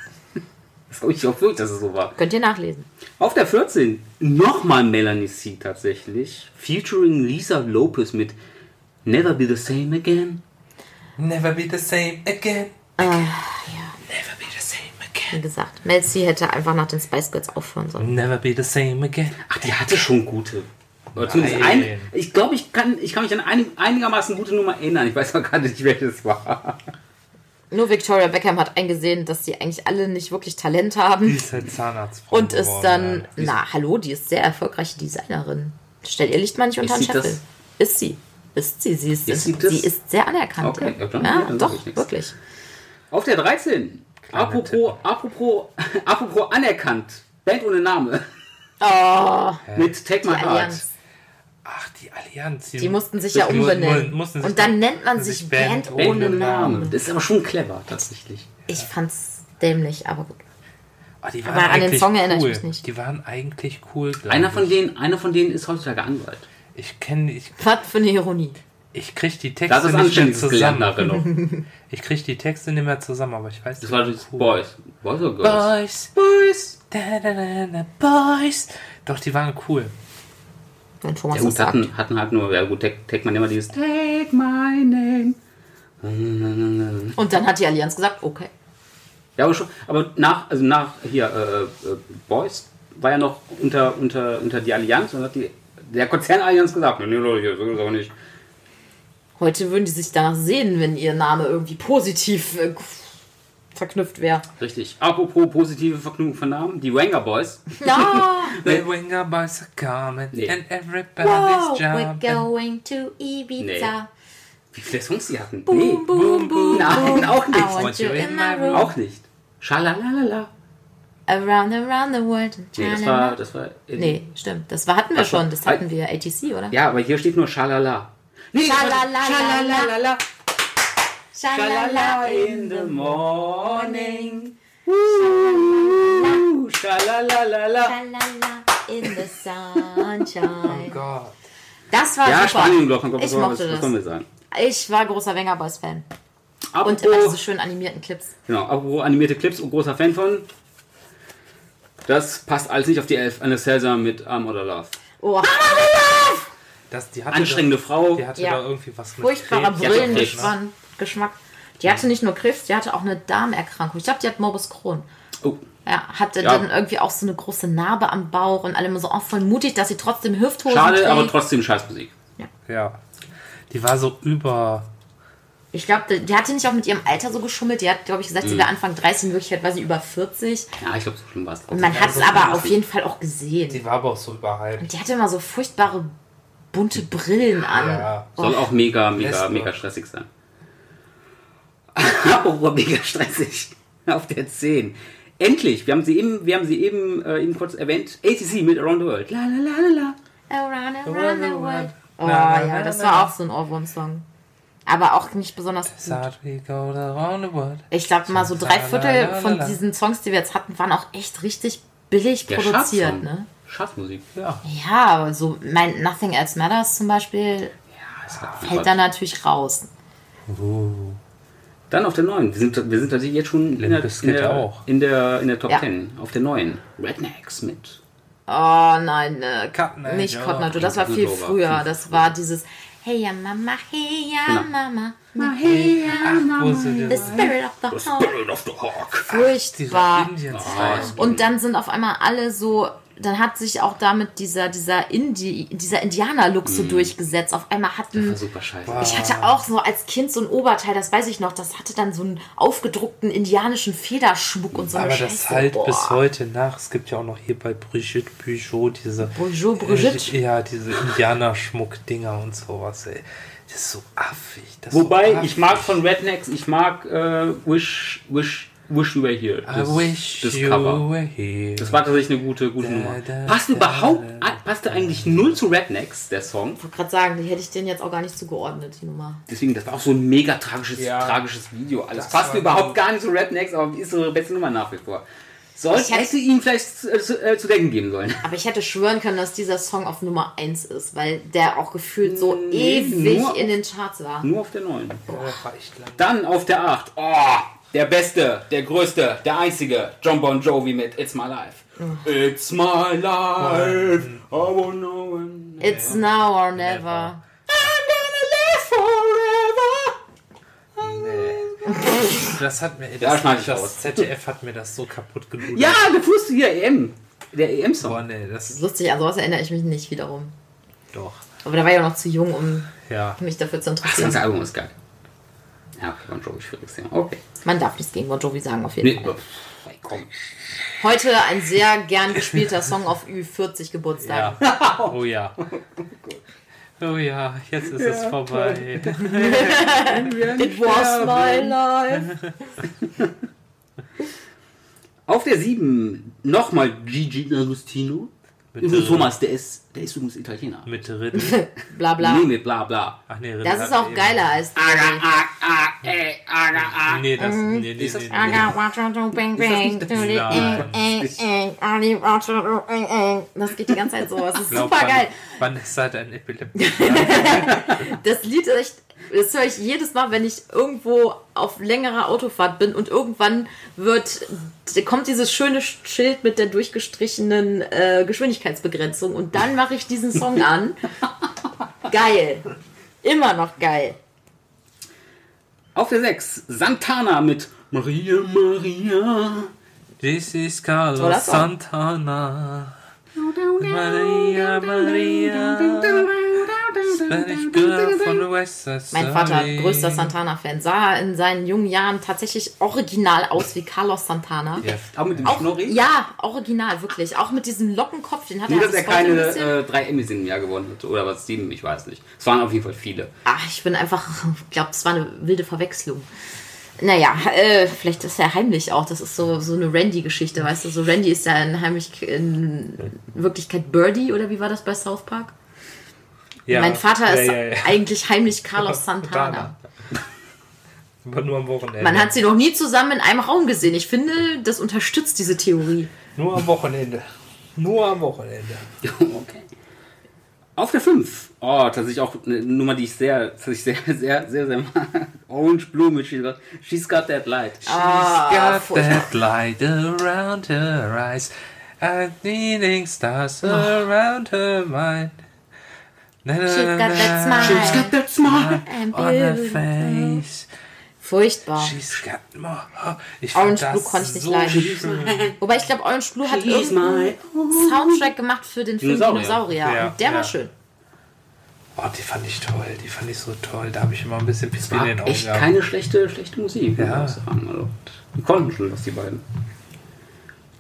A: Das habe ich auch wirklich, dass es so war.
C: Könnt ihr nachlesen.
A: Auf der 14 nochmal Melanie C tatsächlich. Featuring Lisa Lopez mit Never Be the Same Again.
B: Never be the same again.
C: Ah,
A: Never Be the Same Again.
C: Wie gesagt, Mel C hätte einfach nach den Spice Girls aufhören sollen.
B: Never be the same again.
A: Ach, die hatte schon gute. Oder zumindest
B: Nein.
A: ein, ich glaube, ich kann, ich kann mich an eine einigermaßen gute Nummer erinnern. Ich weiß aber gerade nicht, welches war.
C: Nur Victoria Beckham hat eingesehen, dass sie eigentlich alle nicht wirklich Talent haben
B: Ist halt Zahnarztfrau.
C: und halt. ist
B: geworden,
C: dann,
B: Alter.
C: na hallo, die ist sehr erfolgreiche Designerin. Stellt ihr Licht mal nicht unter den
A: Ist sie
C: Scheffel. Ist sie. Ist sie. Sie ist,
A: Ist sie
C: sie,
A: das?
C: ist sehr anerkannt.
A: Okay, ja,
C: ja,
A: dann- dann sag ich
C: doch,
A: nichts.
C: wirklich.
A: Auf der 13. Apropos, apropos, apropos anerkannt. Band ohne Name.
C: Oh,
A: Mit Take My
C: die
A: Heart.
C: Allianz.
B: Ach, die Allianz.
C: Die mussten sich ja umbenennen. Und dann nennt man sich Band ohne
A: Name. Das ist aber schon clever, tatsächlich.
C: Ich fand's dämlich, aber gut.
B: Oh, die
C: Aber an den
B: eigentlich
C: Song erinnere ich
B: cool.
C: mich nicht.
B: Die waren eigentlich cool. glaub
A: Einer von
B: ich.
A: denen, einer von denen ist heutzutage Anwalt.
B: Ich kenne, ich,
C: Was für eine Ironie.
B: ich krieg die
A: Das
B: Texte
A: ist
B: nicht mehr
A: anständiges Gelernt
B: zusammen.
A: darin noch.
B: Ich krieg die Texte nicht mehr zusammen, aber ich weiß.
A: Das war
B: die
A: das
B: waren cool.
A: Boys. Boys or Girls?
B: Boys, Boys, da, da, da, da, Boys. Doch, die waren cool.
C: Wenn Thomas
A: Ja,
C: das
A: gut,
C: sagt.
A: hatten, hatten halt nur, ja gut, take, take my name, dieses Take my name.
C: Und dann hat die Allianz gesagt, okay.
A: Ja, aber schon, aber nach, also nach hier, äh, äh, Boys war ja noch unter, unter, unter die Allianz und hat die, der Konzernallianz gesagt, nee, Leute, das ist auch nicht.
C: Heute würden die sich danach sehen, wenn ihr Name irgendwie positiv äh, verknüpft wäre.
A: Richtig. Apropos positive Verknüpfung von Namen, die Wanger Boys.
C: Ja!
B: The Winger Boys are coming
A: Nee.
B: and everybody's
C: Wow, we're
B: jumping.
C: going to Ibiza.
A: Wie viele Songs die hatten?
C: Boom, boom, boom.
A: Nein,
C: boom.
A: auch nicht.
C: I want you in my room.
A: Auch nicht. Schalalala.
C: Around, around the world. and
A: Nee, das
C: na, na,
A: war,
C: na.
A: das war.
C: Nee, stimmt. Das war, hatten wir
A: Ach so.
C: schon. Das hatten wir. ATC, oder?
A: Ja, aber hier steht nur Schalala. Nee, das war-
C: Schalalala.
A: Schalalala. Schalala
C: Schalala.
A: in the morning. Woo, Schalalala.
C: Schalala in the sunshine.
B: Gott.
C: Das war
A: Ja,
C: super.
A: Spanien-Glocken, was
C: Ich
A: soll was
C: mochte
A: was
C: das.
A: sollen wir sagen?
C: Ich war großer Wenger Boys Fan. Und immer diese
A: Apropos,
C: schönen animierten Clips.
A: genau, apropos animierte Clips und großer Fan von. Das passt alles nicht auf die Elf. Anastasia mit Arm oder Love.
C: Oh,
A: Ah!
B: Das, die hatte
A: Anstrengende Frau.
B: Da, die hatte
C: Ja.
B: da irgendwie was mit
C: furchtbarer
B: Krebs. ne?
A: Ja, doch, Krebs.
C: Brillengespann- Geschmack. Die hatte nicht nur Krebs, die hatte auch eine Darmerkrankung. Ich glaube, die hat Morbus Crohn.
A: Oh,
C: Ja, hatte
A: Ja.
C: dann irgendwie auch so eine große Narbe am Bauch und alle immer so, oh, voll mutig, dass sie trotzdem Hüfthosen
A: schade,
C: trägt.
A: aber trotzdem Scheißmusik.
B: Ja. Die war so über.
C: ich glaube, die, die hatte nicht auch mit ihrem Alter so geschummelt. Die hat, glaube ich,
A: Mhm.
C: gesagt, sie wäre Anfang 30, in Wirklichkeit war sie über 40.
A: Ja, ich glaube, so schlimm war es.
C: Und man hat es aber auf jeden Fall auch gesehen.
B: Die war aber auch so überhyped.
C: Und die hatte immer so furchtbare bunte Brillen an. Oh.
B: Ja.
A: Soll auch mega, mega,
B: Lässt
A: mega
B: nur.
A: stressig sein. Apropos mega stressig. Auf der 10. Endlich, wir haben sie eben, wir haben sie eben, äh, eben kurz erwähnt. ATC mit Around the World. La, la, la, la, la.
C: Around, around the world. Oh
B: Na, na,
C: ja,
B: na,
C: das
B: na,
C: war
B: na.
C: auch so ein Ohrwurm-Song. Aber auch nicht besonders gut.
B: Sad we go around the world.
C: Ich glaube mal so drei Viertel von
B: Lalalala.
C: diesen Songs, die wir jetzt hatten, waren auch echt richtig billig
A: Der
C: produziert.
A: Schatzsong.
C: Ne?
A: Schatzmusik.
B: Ja.
C: Ja, aber so mein Nothing Else Matters zum Beispiel
A: Ja, ist klar.
C: fällt da natürlich raus.
A: Dann auf der 9. Wir sind, wir sind tatsächlich jetzt schon in der, in
B: Bizkit
A: der,
B: auch.
A: In der, in der Top
C: Ja.
A: 10. Auf der 9. Rednecks mit.
C: Oh nein, äh,
B: Cotton Eye
C: nicht
B: Joe.
C: Cotton Eye Joe. Das war viel
A: Viel
C: früher.
A: früher.
C: Das war dieses Hey ja Mama, hey ja
A: Genau.
C: Mama,
B: Wo ist sie
C: the
B: denn?
C: spirit of the home.
A: Spirit of the Hawk.
C: Furchtbar.
B: Dieser Indien-Style.
A: Ah, ist
C: Und dann sind auf einmal alle so, dann hat sich auch damit dieser, dieser, Indi, dieser Indianer-Look so durchgesetzt. Auf einmal hatten.
A: war super scheiße.
C: Ich hatte auch so als Kind so ein Oberteil, das weiß ich noch, das hatte dann so einen aufgedruckten indianischen Federschmuck und so eine
B: Aber
C: Scheiße.
B: das halt
C: Boah.
B: bis heute nach. Es gibt ja auch noch hier bei Brigitte Peugeot diese. äh,
C: Peugeot, Brigitte?
B: Ja, diese Indianerschmuck-Dinger und sowas, ey. Das ist so affig. Das ist so
A: Wobei,
B: affig.
A: ich mag von Rednecks, ich mag äh, Wish, Wish Wish You Were Here. Das,
B: I wish
A: das
B: you
A: Cover.
B: were here.
A: Das war tatsächlich eine gute, gute
B: Da,
A: Nummer.
B: da,
A: Passt
B: da,
A: überhaupt,
B: da, da.
A: passte eigentlich null zu Rednecks, der Song.
C: Ich wollte gerade sagen, die hätte ich denen jetzt auch gar nicht zugeordnet, die Nummer.
A: Deswegen, das war auch so ein mega tragisches,
E: Ja.
A: tragisches Video. Alles
E: Das
A: passt
E: war-
A: überhaupt gar nicht zu Rednecks, aber ist ihre beste Nummer nach wie vor.
C: Ich
A: Sollte
C: hätte-
A: hätte ihm vielleicht äh, zu, äh, zu denken geben sollen.
C: Aber ich hätte schwören können, dass dieser Song auf Nummer 1 ist, weil der auch gefühlt so
A: Nee,
C: ewig
A: nur-
C: in den Charts war.
A: Nur auf der 9.
E: Ja, reicht lang.
A: Dann auf der 8. Oh, der Beste, der Größte, der Einzige. John Bon Jovi mit It's My Life. It's my life. I won't know when.
C: It's now or never.
B: Das hat mir,
A: Ja,
B: das,
A: schneid ich
B: das
A: raus.
B: ZDF hat mir das so kaputt gedudelt.
A: Ja, der Fuß hier, EM. Der E EM-Song.
B: Boah, nee, das ist
C: Lustig, an sowas erinnere ich mich nicht wiederum.
B: doch.
C: Aber da war ich auch noch zu jung, um
B: Ja.
C: mich dafür zu
A: Ach, das
C: interessieren.
A: ganze Album ist geil. Ja, okay, Bon Jovi, schwieriges Thema. Okay.
C: Man darf nichts gegen Bon Jovi sagen, auf jeden
A: Nee,
C: Fall.
A: pff, ey, komm.
C: Heute ein sehr gern gespielter Song auf Ü40 Geburtstag.
B: Ja. Oh ja. Oh ja, jetzt ist es vorbei.
C: It was my life.
A: Auf der 7 nochmal Gigi D'Agostino.
B: Mit,
A: Übrigens,
B: äh,
A: Thomas, der ist, der ist übrigens Italiener.
B: Mit Rinnen.
C: Bla bla.
A: Nee, mit bla bla.
B: Ach nee, Rinnen
C: Das
B: hat
C: ist auch
B: eben-
C: geiler als
A: Aga, ag, ag, ey, aga, ag.
B: Nee, das,
C: Mhm.
B: nee, nee, nee,
A: Ist das-
B: nee.
C: I got what you do, bang, bang, do eh, the
B: Nein.
C: eng, eng, eng, I need what you do, eng, eng. Das geht die ganze Zeit so. Das ist
B: Glaub,
C: super geil.
B: Van- Vanessa hat halt ein Epileptik.
C: Das Lied ist echt. Das höre ich jedes Mal, wenn ich irgendwo auf längerer Autofahrt bin und irgendwann wird, kommt dieses schöne Schild mit der durchgestrichenen äh, Geschwindigkeitsbegrenzung und dann mache ich diesen Song an. Geil. Immer noch geil.
A: Auf der 6 Santana mit Maria, Maria.
B: This is
C: Toller
B: Carlos
C: Song.
B: Santana. Maria, Maria. Spanish girl from the West Side
C: Mein Vater,
B: Story.
C: größter Santana-Fan, sah in seinen jungen Jahren tatsächlich original aus wie Carlos Santana.
B: Ja.
A: Auch mit dem
C: Auch,
A: Schnorri.
C: ja, original, wirklich. Auch mit diesem Lockenkopf, den hat
A: Nur,
C: er
A: dass
C: alles
A: er
C: voll so ein
A: keine
C: bisschen-
A: äh, drei Emmys im Jahr gewonnen hat. Oder was, sieben, ich weiß nicht. Es waren auf jeden Fall viele.
C: Ach, ich bin einfach, ich glaube, es war eine wilde Verwechslung. Naja, äh, vielleicht ist er heimlich auch. Das ist so, so eine Randy-Geschichte, weißt du? So Randy ist ja in, heimlich, in Wirklichkeit Birdie, oder wie war das bei South Park?
E: Ja.
C: mein Vater ist
E: Ja, ja, ja.
C: eigentlich heimlich Carlos Santana.
E: Aber nur am Wochenende.
C: Man hat sie noch nie zusammen in einem Raum gesehen. Ich finde, das unterstützt diese Theorie.
E: nur am Wochenende. Nur am Wochenende.
A: okay. Auf der 5. Oh, tatsächlich auch eine Nummer, die ich sehr, tatsächlich sehr, sehr, sehr, sehr mag. Orange Blue mit She's Got, She's got That Light.
C: Ah,
B: Got that light around her eyes. And leading stars around her mind. Na, na,
C: She's
A: Äh,
B: na,
C: got
B: na,
C: that smile.
A: She's got that smile.
B: On her face.
C: Furchtbar.
B: She's got more. Ich
C: Orange
B: fand
C: Blue konnte
B: das
C: ich nicht
B: so
C: leiden.
B: schön.
C: Wobei ich glaube, Orange Blue hat
A: She's my
C: irgendeinen Soundtrack gemacht für den Film
A: Dinosaurier.
C: Dinosaurier.
E: Ja,
C: Und der
E: ja.
C: war schön.
B: Oh, die fand ich toll, die fand ich so toll. Da habe ich immer ein bisschen Pipi in den Augen
A: echt
B: gehabt.
A: keine schlechte, schlechte Musik. muss
B: Ja.
A: ich sagen. Also, die konnten schon was, die beiden.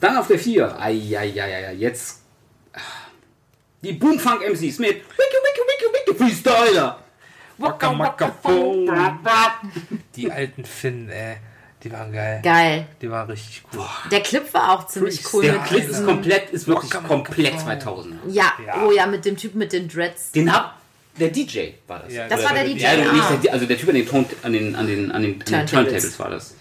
A: Dann auf der 4. Eieieiei, jetzt. ah, Die Boomfunk MCs mit Wiki Wiki Wiki Wiki Freestyler.
B: Waka Waka Boom. Die alten Finn, ey, die waren geil.
C: Geil.
B: Die waren richtig gut.
C: Der Clip war auch ziemlich cool.
A: Der
C: mit
A: Clip ist
C: diesem-
A: komplett, ist wirklich
B: Waka Waka
A: komplett
B: Boom.
A: 2000.
C: ja.
B: Ja.
C: oh ja, mit dem Typen mit den Dreads.
A: Den hab der DJ war das.
B: Ja,
C: Das war der
A: Ja,
C: DJ.
A: also
C: Ah.
A: nicht der, also der Typ an den, Ton, an den, an den, an den, an den
C: Turntables.
A: Turntables war das.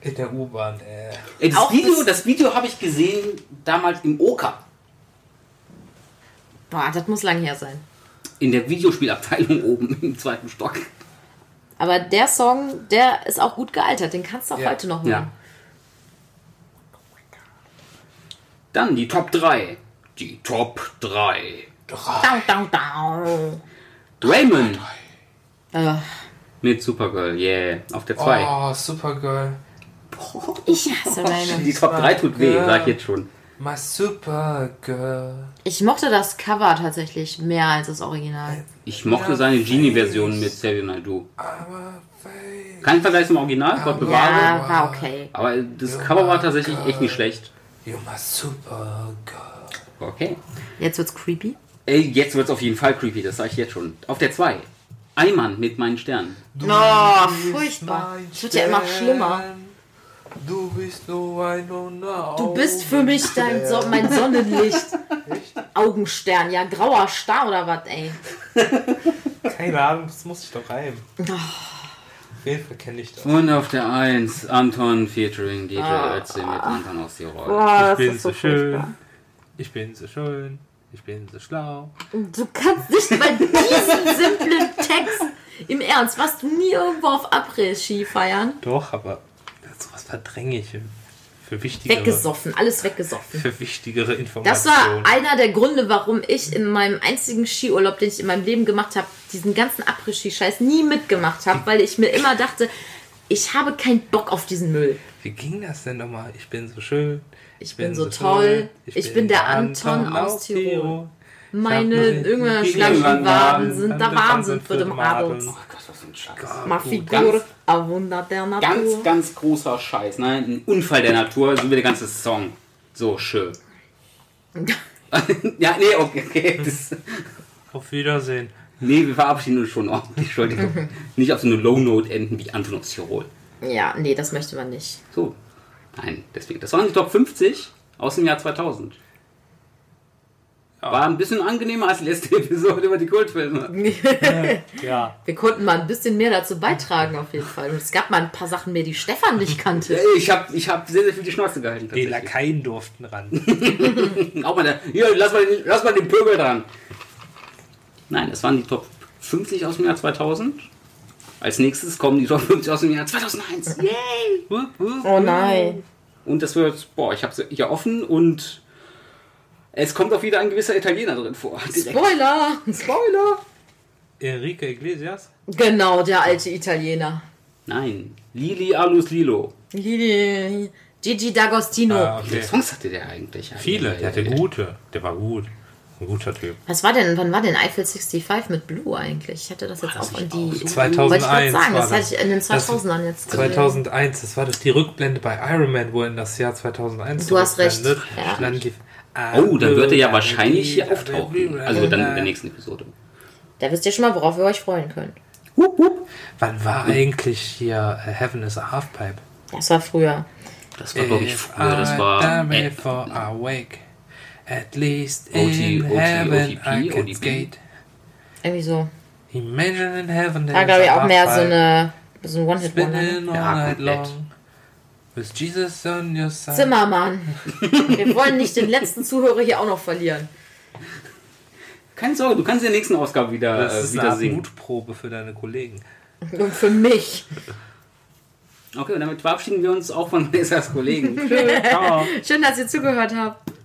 B: In der U-Bahn, ey.
A: Ey, Das
C: Auch
A: Video,
C: das-
A: das Video habe ich gesehen damals im Oka.
C: Boah, das muss lang her sein.
A: In der Videospielabteilung oben im zweiten Stock.
C: Aber der Song, der ist auch gut gealtert. Den kannst du auch
B: Ja.
C: heute noch hören.
A: Ja. Dann die Top 3. Die Top 3.
C: Down, down, down.
A: Raymond
C: Äh,
A: mit Supergirl, yeah. Auf der 2.
B: Oh, Supergirl.
C: ich
A: Oh,
C: hasse Raymond.
A: die Top 3 tut weh, sag ich jetzt schon.
B: My Supergirl.
C: Ich mochte das Cover tatsächlich mehr als das Original.
A: Ich mochte seine Genie-Version mit Xavier Naidoo.
B: Ah,
A: Kein Vergleich zum Original, Gott bewahre.
C: Ja, war okay.
A: Aber das Cover war tatsächlich echt nicht schlecht.
B: You're my Supergirl.
A: Okay.
C: Jetzt wird's creepy.
A: Ey, jetzt wird's auf jeden Fall creepy, das sag ich jetzt schon. Auf der 2. Eimann mit meinen Sternen.
C: Oh, furchtbar. Es wird ja immer schlimmer.
B: Du bist nur ein Donau.
C: Du bist für mich dein so mein Sonnenlicht. Augenstern, ja, grauer Star oder was, ey.
B: Keine Ahnung, das muss ich doch reimen.
C: Oh.
B: Auf jeden Fall kenne ich das.
A: Und auf der 1 Anton featuring DJ Ötzi mit Anton aus Tirol.
C: Boah,
B: Ich bin so schön. Ich bin so schön. Ich bin so schlau.
C: Du kannst nicht bei diesem simplen Text im Ernst, warst du nie irgendwo auf Après-Ski feiern?
B: Doch, aber sowas verdränge ich für wichtigere,
C: Weggesoffen, alles weggesoffen.
B: für wichtigere
C: Das
B: Informationen.
C: war einer der Gründe, warum ich in meinem einzigen Skiurlaub, den ich in meinem Leben gemacht habe, diesen ganzen Après-Ski-Scheiß nie mitgemacht habe, weil ich mir immer dachte, ich habe keinen Bock auf diesen Müll.
B: Wie ging das denn nochmal? Ich bin so schön.
C: Ich bin so toll. Ich bin der Anton aus Tirol. Meine irgendwann schlanken Waden sind der Wahnsinn für den Adels.
A: Oh Gott, was für ein Scheiß.
C: Ma Figur, a Wunder der
A: Ganz,
C: Natur.
A: ganz großer Scheiß. Nein, ein Unfall der Natur, so wie der ganze Song. So schön. ja, nee, okay. okay. Das,
B: Auf Wiedersehen.
A: nee, wir verabschieden uns schon ordentlich. Entschuldigung. Nicht auf so eine Low-Note enden wie Anton aus Tirol.
C: Ja, nee, das möchte man nicht.
A: So. Nein, deswegen. Das waren die Top 50 aus dem Jahr 2000. War ein bisschen angenehmer als die letzte Episode über die Kultfilme.
B: Ja.
C: Wir konnten mal ein bisschen mehr dazu beitragen, auf jeden Fall. Und es gab mal ein paar Sachen mehr, die Stefan nicht kannte.
A: Ich habe ich hab sehr, sehr viel die Schnauze gehalten.
B: Die
A: tatsächlich.
B: Lakaien durften ran.
A: Auch mal der, hier, lass mal, den, lass mal den Pöbel dran. Nein, das waren die Top 50 aus dem Jahr 2000. Als nächstes kommen die Top 50 aus dem Jahr 2001. Yay!
B: Wupp, wupp.
C: Oh nein.
A: Und das wird, boah, ich hab's hier offen und es kommt auch wieder ein gewisser Italiener drin vor. Direkt.
C: Spoiler!
A: Spoiler!
B: Enrique Iglesias?
C: Genau, der alte Italiener.
A: Nein, Lili Alus Lilo.
C: Lili- Gigi D'Agostino.
B: Ah,
A: Wie viele
B: okay.
A: Songs hatte der eigentlich?
B: Viele. Der hatte
A: Äh,
B: gute. Der war gut. Ein guter Typ.
C: Was war denn, wann war denn Eiffel 65 mit Blue eigentlich? Ich hätte das jetzt auch in die...
B: 2001
C: Wollte ich gerade sagen,
B: war
C: das hatte ich in den
B: Das-
C: 2000ern jetzt gesehen.
B: 2001, das war doch die Rückblende bei Iron Man, wo in das Jahr 2001
C: Du hast recht,
B: zurückblendet.
C: ja.
B: Dann die-
A: Oh, dann wird er ja wahrscheinlich hier auftauchen. Also dann in der nächsten Episode.
C: Da wisst ihr schon mal, worauf ihr euch freuen könnt.
B: Wann war
A: Hm?
B: eigentlich hier äh, Heaven is a Halfpipe?
C: Das war früher.
A: Das war, glaube ich,
B: If
A: früher. Das war.
B: I
A: Äh,
B: die for awake, at least
A: OT,
B: in heaven
A: OTP,
B: I can
A: ODP.
B: skate.
C: Irgendwie so.
B: Imagine in heaven
C: Da
B: there's
C: glaube ich
B: a
C: auch mehr so
B: halfpipe.
C: eine... So ein One-Hit-Wonder.
B: Spinning all
A: Ja,
B: night
A: komplett.
B: long. With Jesus on your side.
C: Zimmermann. Wir wollen nicht den letzten Zuhörer hier auch noch verlieren.
A: keine Sorge, du kannst in der nächsten Ausgabe wieder,
B: Das
A: äh,
B: ist eine
A: wieder
B: Art
A: singen.
B: Mutprobe für deine Kollegen.
C: Und für mich.
A: Okay, und damit verabschieden wir uns auch von Messers Kollegen.
C: Schön, dass ihr zugehört habt.